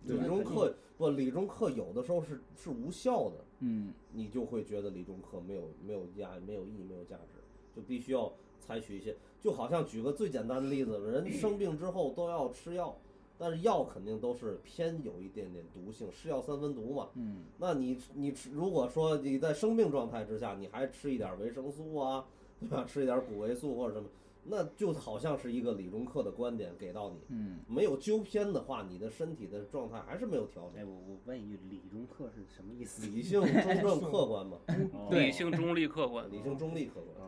B: 对吧
D: 理中课不，理中课有的时候是是无效的，
B: 嗯，
D: 你就会觉得理中课没有没有价没有意义没有价值，就必须要采取一些，就好像举个最简单的例子，人生病之后都要吃药，但是药肯定都是偏有一点点毒性，是药三分毒嘛。
B: 嗯，
D: 那你你吃如果说你在生病状态之下，你还吃一点维生素啊，对吧？吃一点谷维素或者什么，那就好像是一个理中客的观点给到你。
B: 嗯，
D: 没有纠偏的话，你的身体的状态还是没有调
G: 哎，
D: 整。
G: 我我问一句，理中客是什么意思？
D: 理性、中正、客观嘛，
G: 哦
B: 对
F: 理性、中立、客观。
D: 理性、中立、客观。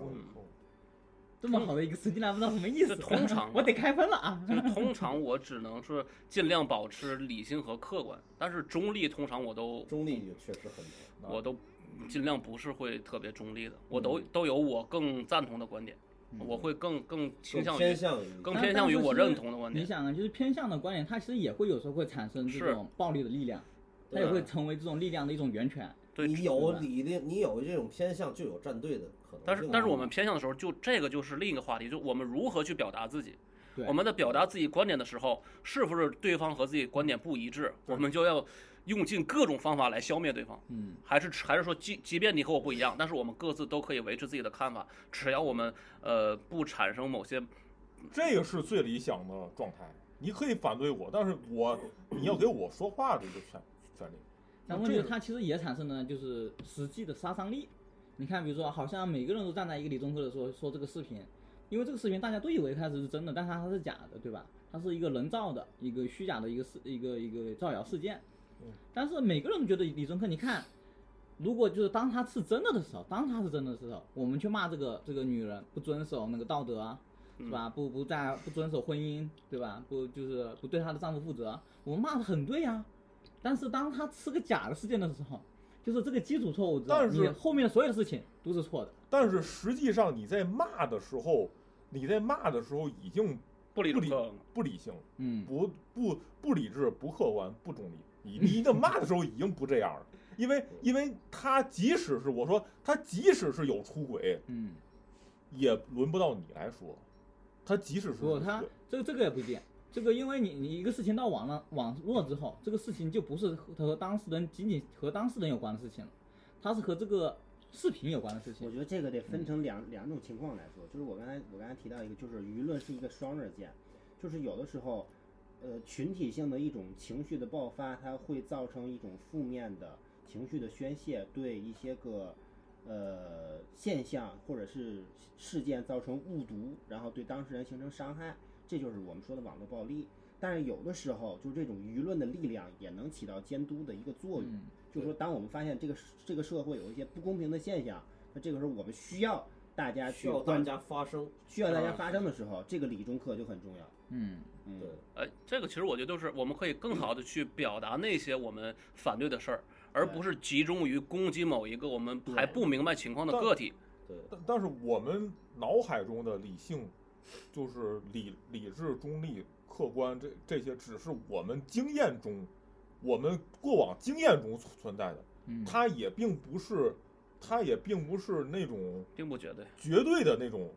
B: 这么好的一个词竟然不知道什么意思，
F: 这通常
B: 我得开喷了啊！
F: 就是通常我只能是尽量保持理性和客观，但是中立通常我都
D: 中立也确实很
B: 啊
D: 难。
F: 我都尽量不是会特别中立的，我都
B: 嗯
F: 都有我更赞同的观点，我会更更倾向
D: 更
F: 于
D: 偏向于
F: 更
B: 但
F: 偏向于
B: 但是
F: 我
B: 其实
F: 认同的观
B: 你
F: 点。
B: 想啊，就是偏向的观点，它其实也会有时候会产生这
F: 是
B: 种暴力的力量，它也会成为这种力量的一种源泉。
F: 对，
D: 你有理的，你有这种偏向，就有站队的可能性。
F: 但是但是我们偏向的时候，就这个就是另一个话题，就我们如何去表达自己。
B: 对
F: 我们在表达自己观点的时候，是不是对方和自己观点不一致，我们就要用尽各种方法来消灭对方。
B: 嗯，
F: 还是还是说，即即便你和我不一样，但是我们各自都可以维持自己的看法，只要我们呃不产生某些
E: 这个是最理想的状态。你可以反对我，但是我你要给我说话的一个权权利。
B: 但问题是它其实也产生了就是实际的杀伤力。你看，比如说，好像每个人都站在一个理综课的时候说这个视频，因为这个视频大家都以为它是真的，但它它是假的，对吧？它是一个人造的、一个虚假的一个事、一个一个造谣事件。
F: 嗯
B: 但是每个人都觉得理综课，你看，如果就是当它是真的的时候，当它是真的的时候，我们去骂这个这个女人不遵守那个道德啊，是吧？不不在不遵守婚姻，对吧？不就是不对她的丈夫负责，我们骂的很对呀、但是当他吃个假的事件的时候，就是这个基础错误之后，
E: 但是
B: 你后面的所有的事情都是错的。
E: 但是实际上你在骂的时候，你在骂的时候已经
F: 不理
E: 不
F: 论
E: 理
F: 客
E: 不理性、
B: 嗯，
E: 不不不理智、不客观、不中立。你你的骂的时候已经不这样了，因为因为他即使是我说他即使是有出轨，
B: 嗯，
E: 也轮不到你来说。他即使是有
B: 不，
E: 出
B: 他
E: 轨，
B: 这个这个也不一定。这个，因为你你一个事情到网上网络之后，这个事情就不是和和当事人仅仅和当事人有关的事情了，它是和这个视频有关的事
G: 我
B: 情。
G: 觉得这个得分成两两种情况来说，就是我刚才我刚才提到一个，就是舆论是一个双刃剑，就是有的时候，呃，群体性的一种情绪的爆发，它会造成一种负面的情绪的宣泄，对一些个呃现象或者是事件造成误读，然后对当事人形成伤害，这就是我们说的网络暴力。但是有的时候，就这种舆论的力量也能起到监督的一个作用。
B: 嗯，
G: 就是说，当我们发现这个这个社会有一些不公平的现象，那这个时候我们需要大家啊
D: 需
G: 去
D: 要大
G: 关
D: 家发声，
G: 需要大家发声的时候，这个理中客就很重要。
B: 嗯，
G: 嗯，
D: 对，
F: 呃，这个其实我觉得就是我们可以更好的去表达那些我们反对的事儿，而不是集中于攻击某一个我们还不明白情况的个体。
D: 对，
E: 但但是我们脑海中的理性，就是理理智、中立、客观这这些，只是我们经验中，我们过往经验中存存在的，
B: 嗯，
E: 它也并不是，它也并不是那种
F: 并不绝对，
E: 绝对的那种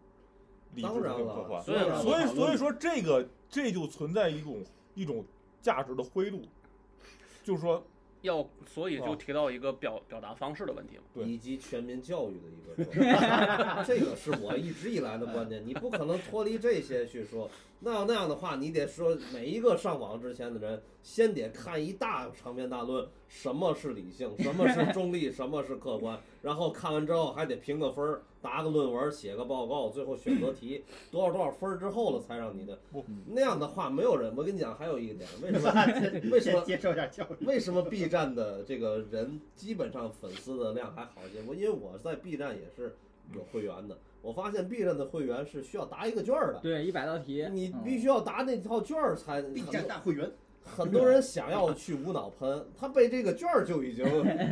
E: 理智
D: 当然
E: 跟客
D: 了，
E: 观。
F: 啊所以
D: 当然
E: 所以
D: 了
E: 所以说这个这就存在一种一种价值的灰度，就是说
F: 要所以就
E: 哦
F: 提到一个表表达方式的问题嘛。
E: 对
D: 以及全民教育的一个状态，这个是我一直以来的观点。你不可能脱离这些去说，那要那样的话，你得说每一个上网之前的人，先得看一大长篇大论，什么是理性，什么是中立，什么是客观，然后看完之后还得评个分儿，答个论文，写个报告，最后选择题多少多少分儿之后了才让你的
E: 不
D: 那样的话，没有人。我跟你讲，还有一个点，为什么为什么
G: 先接受点教 育？
D: 为什么 B 站的这个人基本上粉丝的量还好一些？我因为我在 B 站也是有会员的，我发现 B 站的会员是需要答一个卷儿的，
B: 对，一百道题，
D: 你
B: 嗯
D: 必须要答那套卷儿才。
G: B
D: 很
G: 站
D: 多
G: 大会员，
D: 很多人想要去无脑喷，他被这个卷儿就 已经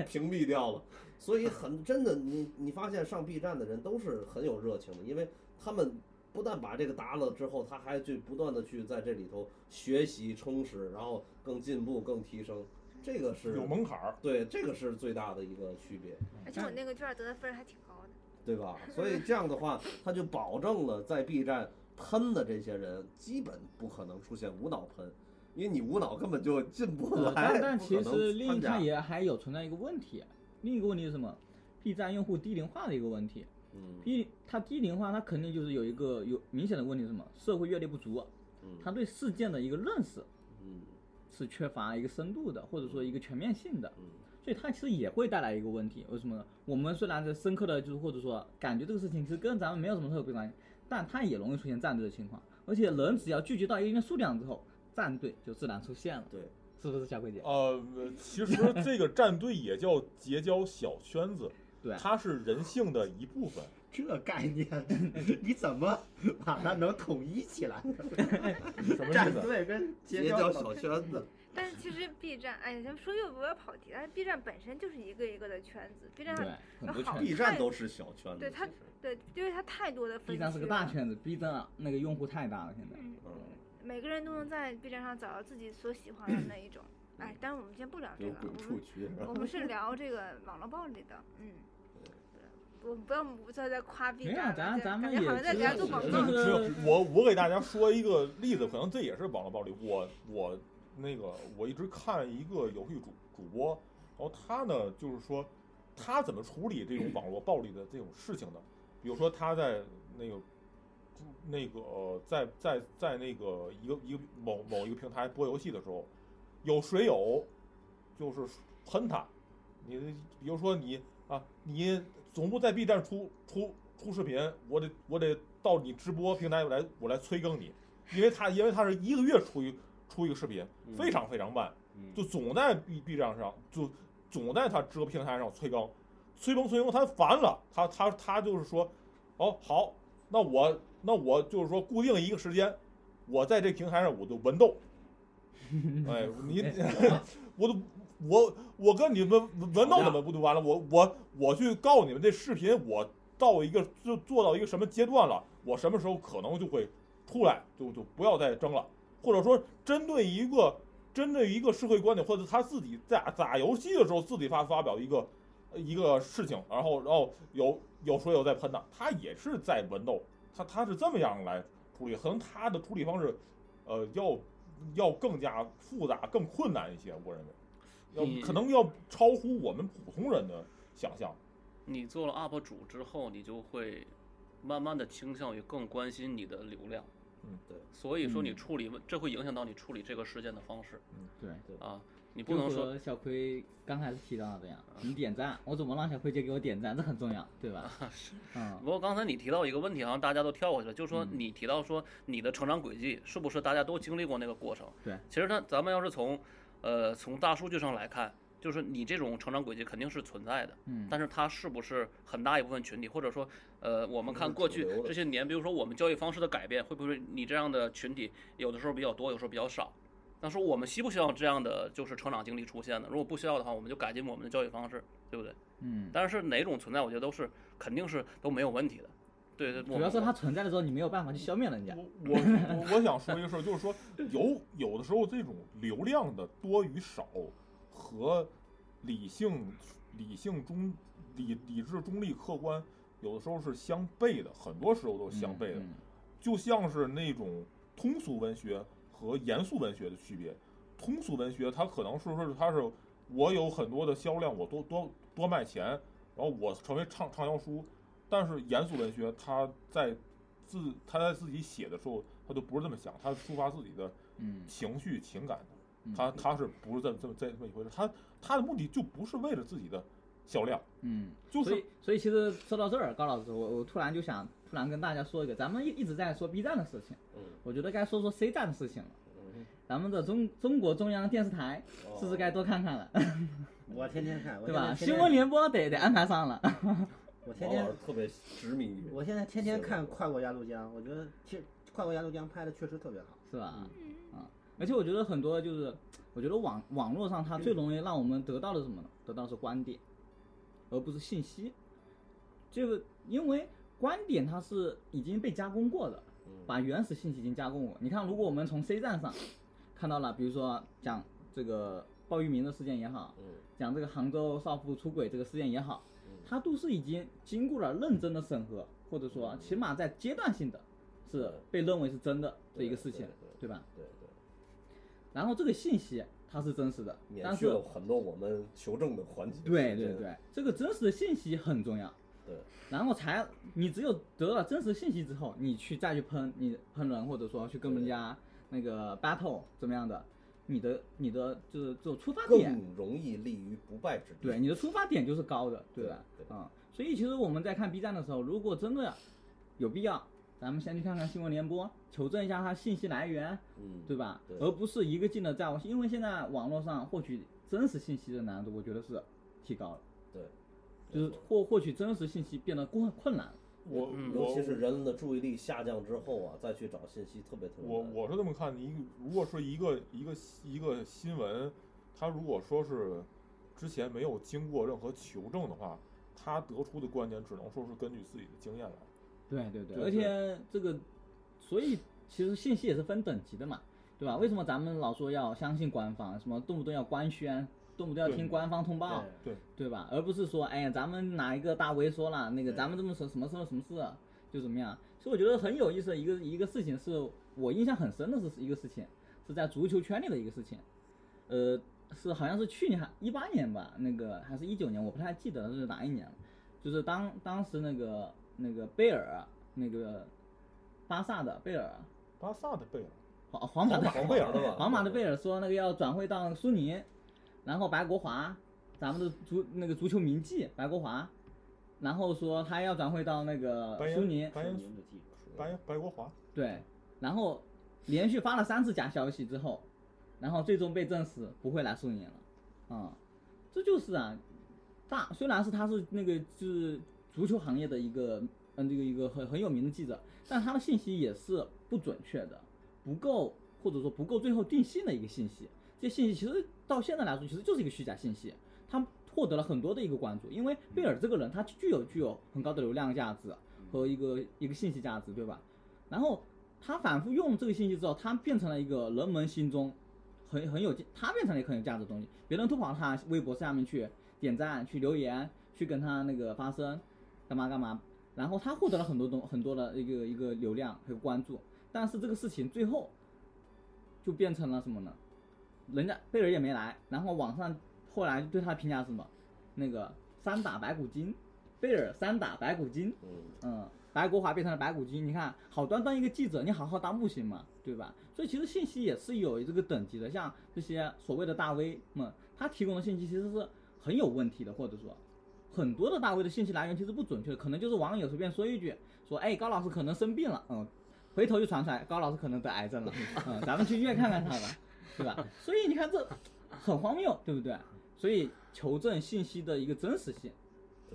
D: 屏蔽掉了，所以很真的，你你发现上 B 站的人都是很有热情的，因为他们不但把这个答了之后，他还去不断的去在这里头学习充实，然后更进步、更提升，这个是
E: 有门槛儿，
D: 对，这个是最大的一个区别，
C: 而且我那个卷儿得的分儿还挺高的。
D: 对吧？所以这样的话，他就保证了在 B 站喷的这些人基本不可能出现无脑喷，因为你无脑根本就进不
B: 呃
D: 来。
B: 但但
D: 不可
B: 其
D: 能
B: 实另一
D: 参加
B: 看也还有存在一个问题，另一个问题是什么？B 站用户低龄化的一个问题。
D: 嗯
B: B 它低龄化，它肯定就是有一个有明显的问题是什么？社会阅历不足，
D: 嗯
B: 他对事件的一个认识
D: 嗯
B: 是缺乏一个深度的，或者说一个全面性的。
D: 嗯
B: 所以它其实也会带来一个问题，为什么呢？我们虽然在深刻的就是或者说感觉这个事情其实跟咱们没有什么特别关系，但它也容易出现站队的情况，而且人只要聚集到一定的数量之后，站队就自然出现了，
D: 对，
B: 是不是小鬼姐？
E: 呃，其实这个战队也叫结交小圈子，
B: 对，啊
E: 它是人性的一部分。
G: 这概念 你怎么把它能统一起来？
E: 什么意
G: 战
E: 思？
G: 队跟
D: 结交小圈子，
C: 但是其实 B 站，哎，咱们说又不要跑题，但是 B 站本身就是一个一个的圈子，B 站
B: 对
C: 它，
B: 很多
C: 好
B: 圈子。
D: ，B 站都是小圈子，
C: 对他
D: 其实
C: 对，因为它太多的分
B: B
C: 区了。
B: 站是个大圈子，B 站啊那个用户太大了，现在。
C: 嗯，
D: 嗯，
C: 每个人都能在 B 站上找到自己所喜欢的那一种。
B: 嗯
C: 哎，但是我们今天不聊这
D: 有
C: 个，
D: 鬼
C: 我
D: 畜
C: 们
D: 区，
C: 我们是聊这个网络暴力的，嗯。对我们不要不再在夸 B
B: 没有啊
C: 站
B: 咱
C: 了，这
B: 咱们
C: 感
B: 也
C: 觉好像在
B: 知
C: 给他
B: 道
C: 做广
B: 这
E: 只
C: 告
B: 个
C: 呢。
E: 有只有我我给大家说一个例子，可能这也是网络暴力。我我那个我一直看一个游戏主主播，然后他呢就是说他怎么处理这种网络暴力的这种事情呢？比如说他在那个那个、呃、在在在那个一个一个某某一个平台播游戏的时候，有水友就是喷他，你比如说你啊，你总部在 B 站出出出视频，我得我得到你直播平台来我来催更你，因为他因为他是一个月出一出一个视频，非常非常慢，就总在 B B 站上就总在他直播平台上催更，催更催更他烦了，他他他就是说，哦好，那我那我就是说固定一个时间，我在这平台上我就文斗，哎你 我都我我跟你们文文斗怎么不就完了？我我我去告你们这视频，我到一个就做到一个什么阶段了，我什么时候可能就会出来，就就不要再争了，或者说针对一个针对一个社会观点，或者他自己在打游戏的时候自己发发表一个一个事情，然后然后有有说有在喷的，他也是在文斗，他他是这么样来处理，可能他的处理方式，呃，要要更加复杂、更困难一些，我认为，要
F: 你
E: 可能要超乎我们普通人的想象。
F: 你做了 UP 主之后，你就会慢慢的倾向于更关心你的流量。
E: 嗯，
D: 对
F: 所以说你
B: 嗯
F: 处理问，这会影响到你处理这个事件的方式
B: 对，
F: 啊。你不
B: 就
F: 能
B: 和
F: 说啊
B: 小葵刚开始提到的这样，你点赞，我怎么让小葵姐给我点赞，这很重要，对吧？
F: 啊
B: 嗯
F: 不，过刚才你提到一个问题，好像大家都跳过去了，就是说你提到说你的成长轨迹是不是大家都经历过那个过程？
B: 对，
F: 其实呢，咱们要是从，呃，从大数据上来看，就是你这种成长轨迹肯定是存在的，
B: 嗯，
F: 但是它是不是很大一部分群体，或者说，呃，我
D: 嗯
F: 们看过
D: 主
F: 去
D: 流的
F: 这些年，比如说我们交易方式的改变，会不会你这样的群体有的时候比较多，有时候比较少？但是我们需不需要这样的就是成长经历出现呢？如果不需要的话，我们就改进我们的交易方式，对不对？
B: 嗯，
F: 但是哪种存在，我觉得都是肯定是都没有问题的。对，对我
B: 主要是
F: 我
B: 它存在的时候，你没有办法去消灭人家
E: 我。我我我想说一个事儿，就是说有有的时候这种流量的多与少和理性理性中理理智中立客观，有的时候是相悖的，很多时候都是相悖的。
B: 嗯
E: 就像是那种通俗文学和严肃文学的区别。通俗文学它可能是说是它是我有很多的销量，我多多多卖钱，然后我成为畅畅销书。但是严肃文学它在自它在自己写的时候，它就不是这么想，它是抒发自己的
B: 嗯
E: 情绪情感的。
B: 嗯
E: 它它是不是这么这么这么一回事？它它的目的就不是为了自己的销量，
B: 嗯，
E: 就
B: 所
E: 是
B: 以所以其实说到这儿，高老师，我我突然就想突然跟大家说一个，咱们一一直在说 B 站的事情，
D: 嗯
B: 我觉得该说说 C 站的事情了。
D: 嗯
B: 咱们的中中国中央电视台
D: 哦
B: 是不是该多看看了，
G: 我天天看，我
B: 对
G: 现在
B: 吧？
G: 天
B: 新
G: 天
B: 闻联播得得安排上了。
G: 我天
D: 王老
G: 天
D: 师特别执迷于
G: 我现在天天
D: 是
G: 看《跨过鸭绿江》，我觉得其实《跨过鸭绿江》拍的确实特别好。
B: 是吧？
C: 嗯
B: 啊，而且我觉得很多就是，我觉得网网络上它最容易让我们得到的是什么呢？得到的是观点，而不是信息。这个因为观点它是已经被加工过的，
D: 嗯
B: 把原始信息已经加工过。你看，如果我们从 C 站上看到了，比如说讲这个鲍玉明的事件也好，
D: 嗯
B: 讲这个杭州少妇出轨这个事件也好
D: 嗯，
B: 它都是已经经过了认真的审核，或者
D: 嗯
B: 说起码在阶段性的是被认为是真的这一个事情
D: 对，
B: 对吧？
D: 对对，
B: 然后这个信息它是真实的，
D: 免
B: 但
D: 去
B: 是
D: 了很多我们求证的环节。
B: 对
D: 是
B: 对
D: 这样
B: 对，这个真实的信息很重要。
D: 对，
B: 然后才你只有得到真实信息之后，你去再去喷你喷人，或者说去跟人家那个 battle 怎么样的，你的你的就是这种出发点，
D: 更容易立于不败之地。
B: 对，你的出发点就是高的，对吧？
D: 对
B: 啊、所以其实我们在看 B 站的时候，如果真的有必要，咱们先去看看新闻联播，求证一下它信息来源，
D: 嗯，
B: 对吧？
D: 对
B: 而不是一个劲的在我，因为现在网络上获取真实信息的难度，我觉得是提高了，
D: 对，
B: 就是获获取真实信息变得更困难了。
E: 我
D: 嗯尤
E: 我
D: 其是人的注意力下降之后啊，再去找信息特别特别
E: 我
D: 难
E: 我是这么看，你如果说一个一个一个新闻，它如果说是之前没有经过任何求证的话，它得出的观点只能说是根据自己的经验来。
B: 对对对，
E: 对
B: 而且这个，所以其实信息也是分等级的嘛，对吧？为什么咱们老说要相信官方，什么动不动要官宣，动不动要
E: 对
B: 听官方通报，
E: 对
B: 对吧？而不是说，哎呀，咱们哪一个大 V 说了，那个咱们这么说什么什么什么事，就怎么样？所以我觉得很有意思的一个一个事情，是我印象很深的是一个事情，是在足球圈里的一个事情，呃，是好像是去年还一八年吧，那个还是一九年，我不太记得了是哪一年了。就是当当时那个那个贝尔，啊那个巴萨的贝尔，啊
E: 巴萨的贝尔，
B: 皇皇马的
D: 皇贝尔的吧，
B: 皇马的贝尔说那个要转会到苏宁，然后白国华，咱们的足那个足球名记白国华，然后说他要转会到那个
E: 白
B: 苏
E: 岩
B: 宁，
E: 白
G: 是
E: 岩
G: 您的记者
E: 白岩白国华，
B: 对，然后连续发了三次假消息之后，然后最终被证实不会来苏宁了，啊、这就是啊，大虽然是他是那个就是足球行业的一个嗯这个一个很很有名的记者，但他的信息也是不准确的，不够或者说不够最后定性的一个信息，这信息其实到现在来说其实就是一个虚假信息，他获得了很多的一个关注，因为贝尔这个人他具有具有很高的流量价值和一个一个信息价值，对吧？然后他反复用这个信息之后，他变成了一个人们心中很很有价，他变成了一个很有价值的东西。别人都跑到他微博下面去点赞、去留言、去跟他那个发声，干嘛干嘛。然后他获得了很多东很多的一个一个流量和关注，但是这个事情最后就变成了什么呢？人家贝尔也没来，然后网上后来对他的评价是什么？那个三打白骨精，贝尔三打白骨精，
D: 嗯，
B: 嗯，白国华变成了白骨精，你看，好端端一个记者，你好好当不行吗？对吧？所以其实信息也是有这个等级的，像这些所谓的大 V 们，他提供的信息其实是很有问题的，或者说很多的大 V 的信息来源其实不准确的，可能就是网友随便说一句，说哎高老师可能生病了，嗯，回头就传出来高老师可能得癌症了，嗯，咱们去医院看看他吧，对吧？所以你看这很荒谬，对不对？所以求证信息的一个真实性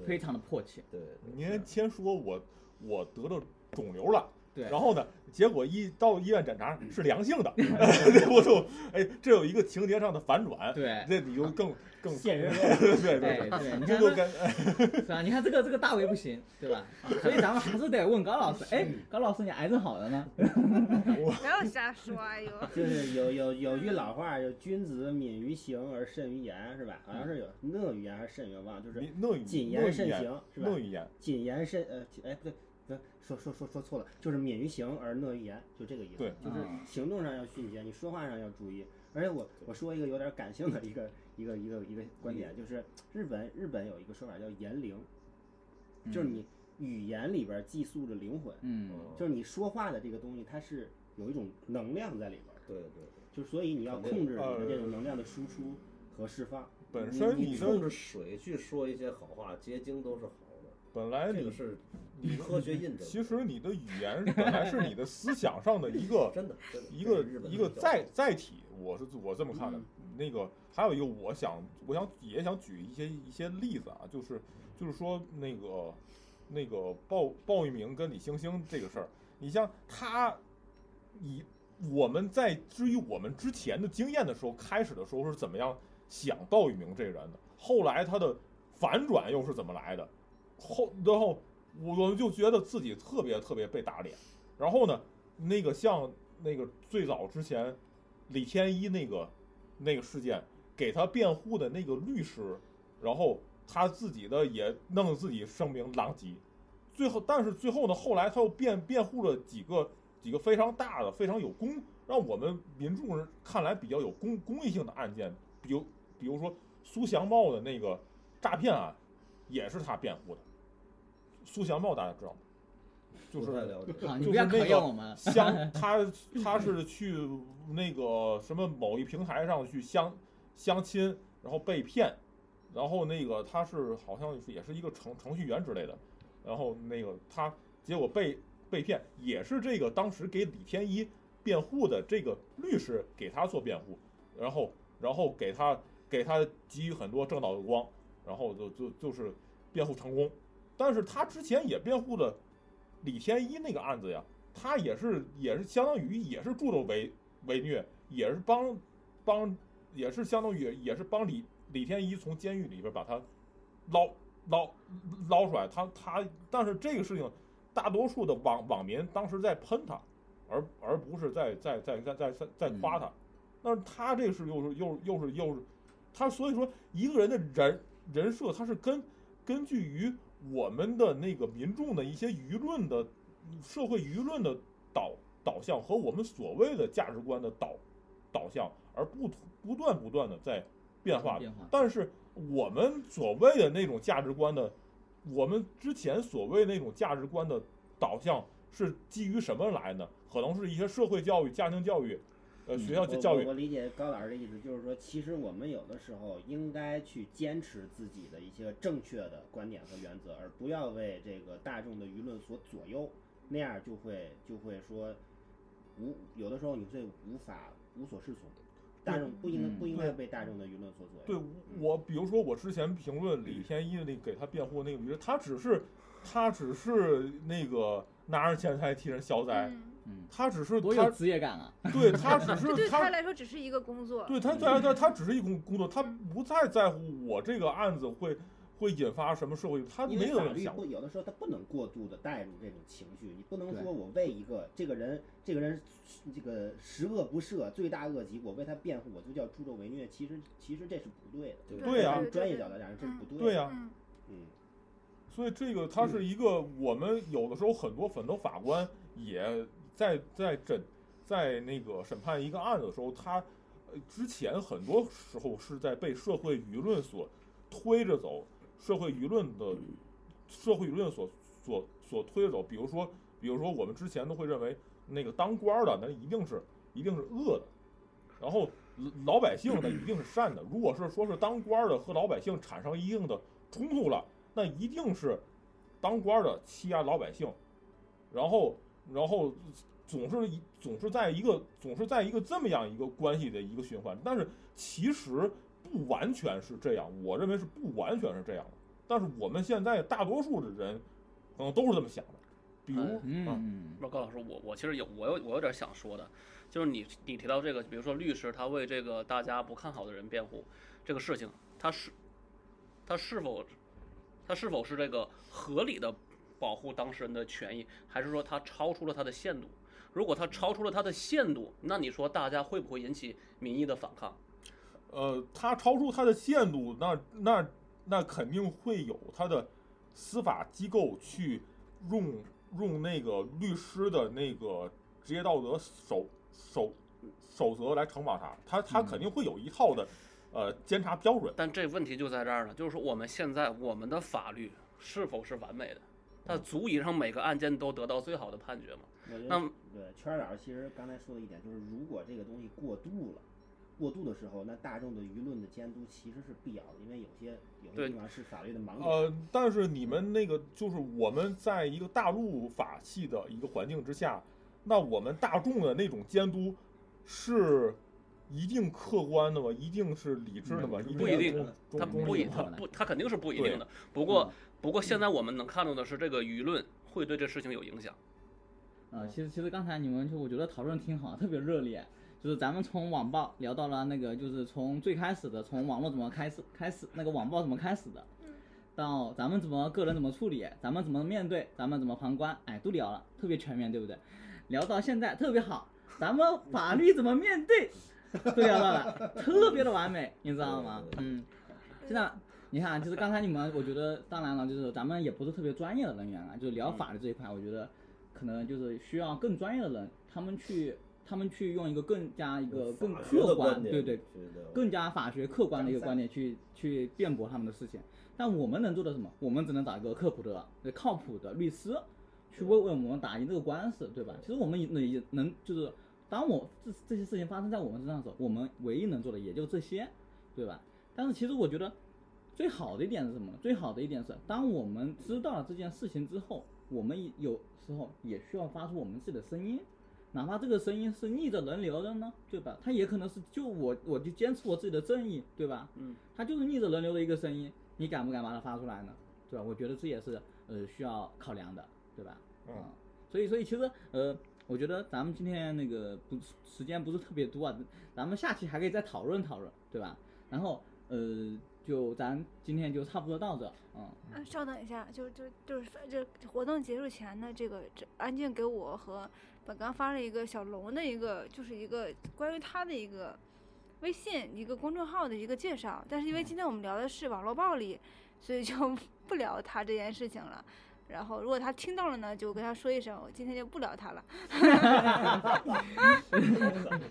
B: 非
D: 对
B: 常的迫切，
D: 对，
E: 您先说我我得了肿瘤了。
B: 对嗯
E: 然后呢？结果一到医院检查是良性的， 我就哎，这有一个情节上的反转，
B: 对。
E: 这你就更更
G: 现人
E: 对对
B: 哎，
E: 对，
B: 对，你
E: 这
B: 看
E: 就
B: 这
E: 跟
B: 是啊，你看这个这个大为不行，对吧？所以咱们还是得问高老师，哎，高老师你癌症好了吗？
C: 不要瞎说，哎呦，嗯
G: 就是有有有句老话，就君子敏于行而慎于言，是吧？好像是有讷于言还是慎于言，忘了，就是
E: 你弄一
G: 谨
E: 弄
G: 言
E: 一
G: 慎
E: 眼
G: 行，是吧？
E: 弄一眼，
G: 谨言慎呃，谨哎不对，不对，说说说说错了，就是敏于行而讷于言，就这个意思。
E: 对
G: 就是
B: 嗯
G: 行动上要迅捷，你说话上要注意。而且我我说一个有点感性的一个一个一个一个观点，就是日本日本有一个说法叫言灵，就是你语言里边寄宿着灵魂，
B: 嗯，
G: 就是你说话的这个东西，它是有一种能量在里边儿，
D: 对对，
G: 就所以你要
D: 肯定
G: 控制你的这种能量的输出和释放。
E: 本身
D: 你
E: 你
D: 冲
E: 的
D: 着水去说一些好话，结晶都是好的，
E: 本来
D: 这
E: 你
D: 个是
E: 你
D: 科学印证的，
E: 其实你的语言本来是你的思想上的一个
D: 真的真的
E: 一
D: 这
E: 个
D: 是日本
E: 一个
D: 的教嗯
E: 载
D: 法
E: 载体，我是我这么看的。那个还有一个，我想我想也想举一些一些例子啊，就是就是说那个那个鲍鲍玉明跟李星星这个事儿，你像他，你我们在至于我们之前的经验的时候，开始的时候是怎么样想鲍玉明这个人的，后来他的反转又是怎么来的，后然后我我们就觉得自己特别特别被打脸，然后呢，那个像那个最早之前李天一那个那个事件，给他辩护的那个律师，然后他自己的也弄得自己声名狼藉，最后但是最后呢，后来他又辩辩护了几个几个非常大的、非常有公让我们民众人看来比较有公公益性的案件，比如比如说苏祥茂的那个诈骗案，也是他辩护的。苏祥茂大家知道吗？就
D: 不
E: 是
D: 太了解，
B: 好，你
E: 就
B: 不要
E: 是那
B: 考验
E: 个
B: 我们了。
E: 相他他是去那个什么某一平台上去相相亲，然后被骗，然后那个他是好像是也是一个程程序员之类的，然后那个他结果被被骗，也是这个当时给李天一辩护的这个律师给他做辩护，然后然后给他给他给予很多正道的光，然后就就就是辩护成功，但是他之前也辩护了李天一那个案子呀，他也是也是相当于也是助纣为为虐，也是帮帮也是相当于也是帮李李天一从监狱里边把他捞捞捞出来，他他但是这个事情，大多数的网网民当时在喷他，而而不是在在在在在在在夸他，但是他这个是又是又是又是又是他所以说一个人的人人设他是根根据于我们的那个民众的一些舆论的社会舆论的导导向和我们所谓的价值观的导导向，而不不断不断的在变化
B: 变化
E: 但是我们所谓的那种价值观的，我们之前所谓那种价值观的导向是基于什么来呢？可能是一些社会教育、家庭教育，呃，学校
G: 我
E: 教
G: 我
E: 育
G: 我。理解高老师的意思，就是说，其实我们有的时候应该去坚持自己的一些正确的观点和原则，而不要为这个大众的舆论所左右，那样就会就会说无有的时候你会无法无所适从。大众不应该、不应该被大众的舆论所左
E: 对
G: 右。
E: 我，比如说我之前评论李天一那给他辩护那个律师，他只是他只是那个拿着钱财替人消灾，
C: 嗯，
E: 他只是
B: 多有
E: 他
B: 职业感啊！
E: 对 他只
C: 这
E: 是
C: 对他来说只是一个工作，
E: 对他，他他他只是一工工作，他不太在乎我这个案子会会引发什么社会，他
G: 因
E: 没
G: 为
E: 有
G: 法
E: 这么
G: 律
E: 想
G: 不，有的时候他不能过度的带入这种情绪，你不能
B: 对
G: 说我为一个这个人，这个人这个十恶不赦，罪大恶极，我为他辩护，我就叫助纣为虐。其实其实这是不对的，
E: 对啊
G: 从
C: 对
G: 专业
C: 对
G: 角度来讲这是不对的。
E: 对呀、
C: 嗯，
G: 嗯，
E: 所以这个它是一个我们有的时候很多很多法官也在在审在那个审判一个案子的时候，他呃之前很多时候是在被社会舆论所推着走，社会舆论的社会舆论所所所推的走。比如说，比如说我们之前都会认为那个当官儿的那一定是一定是恶的，然后老老百姓呢一定是善的。如果是说是当官儿的和老百姓产生一定的冲突了，那一定是当官儿的欺压老百姓，然后然后总是一总是在一个总是在一个这么样一个关系的一个循环。但是其实不完全是这样，我认为是不完全是这样的。但是我们现在大多数的人可能都是这么想的，比如、
F: 哎
B: 嗯
E: 啊，
B: 嗯
F: 不是高老师，我我其实有我有我有点想说的，就是你你提到这个，比如说律师他为这个大家不看好的人辩护这个事情，他是他是否他是否是这个合理的保护当事人的权益，还是说他超出了他的限度？如果他超出了他的限度，那你说大家会不会引起民意的反抗？
E: 呃，他超出他的限度，那那那肯定会有他的司法机构去用用那个律师的那个职业道德守守守则来惩罚他，他他肯定会有一套的呃监察标准。
F: 但这问题就在这儿呢，就是说我们现在我们的法律是否是完美的？它足以让每个案件都得到最好的判决吗？
G: 我觉
F: 那
G: 得
F: 么
G: 对圈儿老师其实刚才说的一点就是，如果这个东西过度了，过度的时候，那大众的舆论的监督其实是必要的，因为有些有
F: 对
G: 些地方是法律的盲点。
E: 呃，但是你们那个就是我们在一个大陆法系的一个环境之下，那我们大众的那种监督是一定客观的吗？一定是理智的
B: 不
E: 吗？嗯定
F: 不
E: 是
F: 一定
E: 中
F: 它
E: 中
F: 不一，
E: 中立
F: 它
E: 的吗
B: 嗯
F: 不，它肯定是不一
E: 对
F: 定的。不过，不过现在我们能看到的是，这个舆论会对这事情有影响。
B: 啊，其实其实刚才你们就我觉得讨论挺好，特别热烈。就是咱们从网暴聊到了那个，就是从最开始的从网络怎么开始开始那个网暴怎么开始的，到咱们怎么个人怎么处理，咱们怎么面对，咱们怎么旁观，哎，都聊了，特别全面，对不对？聊到现在特别好，咱们法律怎么面对，都聊到了，特别的完美，你知道吗？嗯，现在你看啊，就是刚才你们，我觉得当然了，就是咱们也不是特别专业的人员啊，就是聊法律这一块，我觉得可能就是需要更专业的人，他们去他们去用一个更加一个更
D: 法学的
B: 客观，
D: 观点
B: 对对，，
D: 觉得嗯
B: 更加法学客观的一个观点去去辩驳他们的事情。但我们能做的什么？我们只能找一个科普的、靠谱的律师，去为为我们打赢这个官司，对吧？其实我们也能也能就是，当我这这些事情发生在我们身上的时候，我们唯一能做的也就这些，对吧？但是其实我觉得最好的一点是什么呢？最好的一点是，当我们知道了这件事情之后，我们也有时候也需要发出我们自己的声音，哪怕这个声音是逆着人流的呢，对吧？它也可能是就我，我就坚持我自己的正义，对吧？
F: 嗯，
B: 它就是逆着人流的一个声音，你敢不敢把它发出来呢？对吧？我觉得这也是呃需要考量的，对吧？
E: 嗯
B: 啊所以所以其实呃，我觉得咱们今天那个不时间不是特别多啊，咱们下期还可以再讨论讨论，对吧？然后呃，就咱今天就差不多到这，嗯，
C: 啊，稍等一下，就就就是这活动结束前的这个，这安静给我和本刚发了一个小龙的一个，就是一个关于他的一个微信一个公众号的一个介绍。但是因为今天我们聊的是网络暴力，所以就 不聊他这件事情了。然后如果他听到了呢，就跟他说一声，我今天就不聊他了。
F: 啊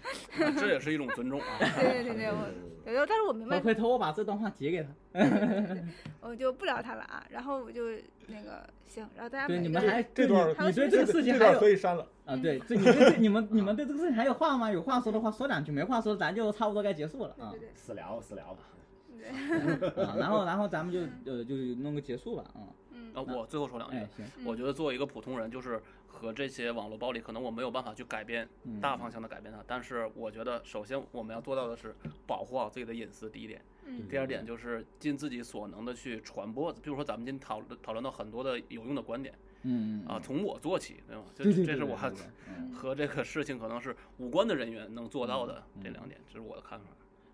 F: 这也是一种尊重啊。
C: 对对对对，我对对，但是我明白
B: 回，回头我把这段话截给他。啊
C: 我就不聊他了啊。然后我就那个行，然后大家
B: 对，
C: 每
B: 你
C: 个
B: 们
C: 人
B: 还
E: 这段儿
B: 你你对
E: 这
B: 这个事情
E: 这
B: 还
E: 段
B: 有
E: 儿可以删了。
B: 啊，
C: 嗯
B: 对，这你对这你们你们对这个事情还有话吗？有话说的话说两句，没话说咱就差不多该结束了啊
C: 对对
G: 私聊私聊吧，
C: 对，
B: 啊，然后然后咱们就呃就是弄个结束吧啊，
C: 嗯
F: 啊，我最后说两句
B: 哎，行，
F: 我觉得作为一个普通人，就是和这些网络暴力，可能我没有办法去改变
B: 嗯
F: 大方向的改变它，但是我觉得首先我们要做到的是保护好自己的隐私，第一点。
C: 嗯
F: 第二点就是尽自己所能的去传播，比如说咱们今天讨论讨论到很多的有用的观点
B: 嗯
F: 啊，，从我做起，对吗？这
B: 对对，嗯
F: 这是我
B: 还
F: 和这个事情可能是无关的人员能做到的
B: 嗯
F: 这两点，这是我的看法。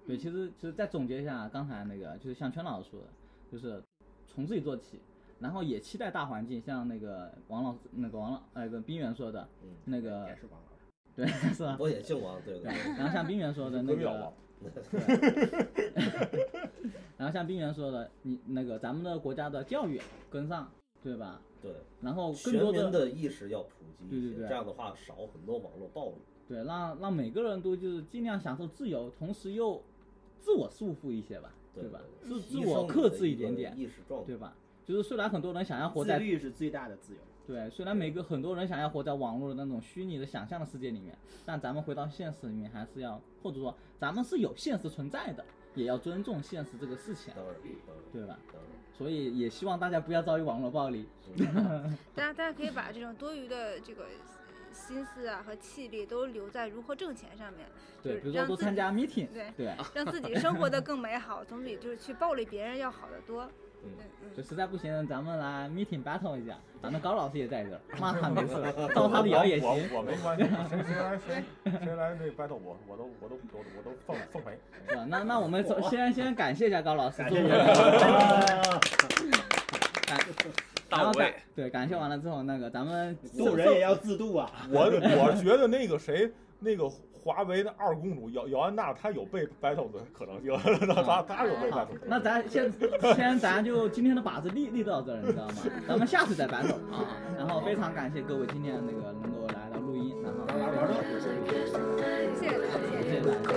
B: 对，其实其实再总结一下啊刚才那个，就是像圈老师说的，就是从自己做起，然后也期待大环境，像那个王老师那个王老那个冰原说的
D: 嗯，
B: 那个
G: 也是王老师。
B: 对是吧？
D: 我也姓王，对对
B: 对，然后像冰原说的那
E: 隔壁老
B: 个
E: 王。
B: 然后像冰原说的，你那个咱们的国家的教育跟上，对吧？
D: 对，
B: 然后哦更
D: 全
B: 多
D: 民
B: 的
D: 的意识要普及
B: 对
D: 一
B: 对
D: 些，
B: 对
D: 这样的话少很多网络暴力。
B: 对，让让每个人都就是尽量享受自由，同时又自我束缚一些吧，
D: 对
B: 吧？
D: 对
B: 自
D: 对
B: 自
D: 提升
B: 我
D: 你
B: 克
D: 的
B: 制
D: 一
B: 一点
D: 个
B: 点，
D: 意识状态
B: 对。吧？就是虽然很多人想要活
G: 自
B: 在
G: 律是最大的自由。
B: 对，虽然每个很多人想要活在网络的那种虚拟的想象的世界里面，但咱们回到现实里面，还是要或者说咱们是有现实存在的，也要尊重现实这个事情，
D: 当然，当然，
B: 对吧？
D: 当然，嗯
B: 所以也希望大家不要遭遇网络暴力。
C: 大家大家可以把这种多余的这个心思啊和气力都留在如何挣钱上面，
B: 对，
C: 就是
B: 比如说
C: 让
B: 多
C: 自
B: 参
C: 己啊
B: 加 meeting，
C: 对
B: 对，
C: 让自己生活的更美好，总比就是去暴力别人要好得多。
D: 嗯
B: 就
C: 嗯
B: 实在不行，咱们来 meeting battle 一下。咱们高老师也在这儿，骂他没事，造他的谣也行。
E: 我我没 关系，谁谁来谁谁来这 battle 我，我都我都我都我都奉奉陪。
B: 是吧？那那我们首先先感谢一下高老师，
G: 感
B: 作
G: 谢
B: 为
G: 你，
B: 感然
F: 大
B: 后
F: 无畏
B: 感。对感谢完了之后，那个咱们
G: 渡人也要自渡啊！
E: 我我觉得那个谁，那个华为的二公主姚姚安娜，她有被 battle 的可能性， 她她有被
B: 好
E: battle 的可能性。，
B: 那咱先 先咱就今天的靶子立立到这儿，你知道吗？咱们下次再 battle 啊。然后非常感谢各位今天那个能够来到录音，然后
A: 谢谢大家。
B: 谢谢大家。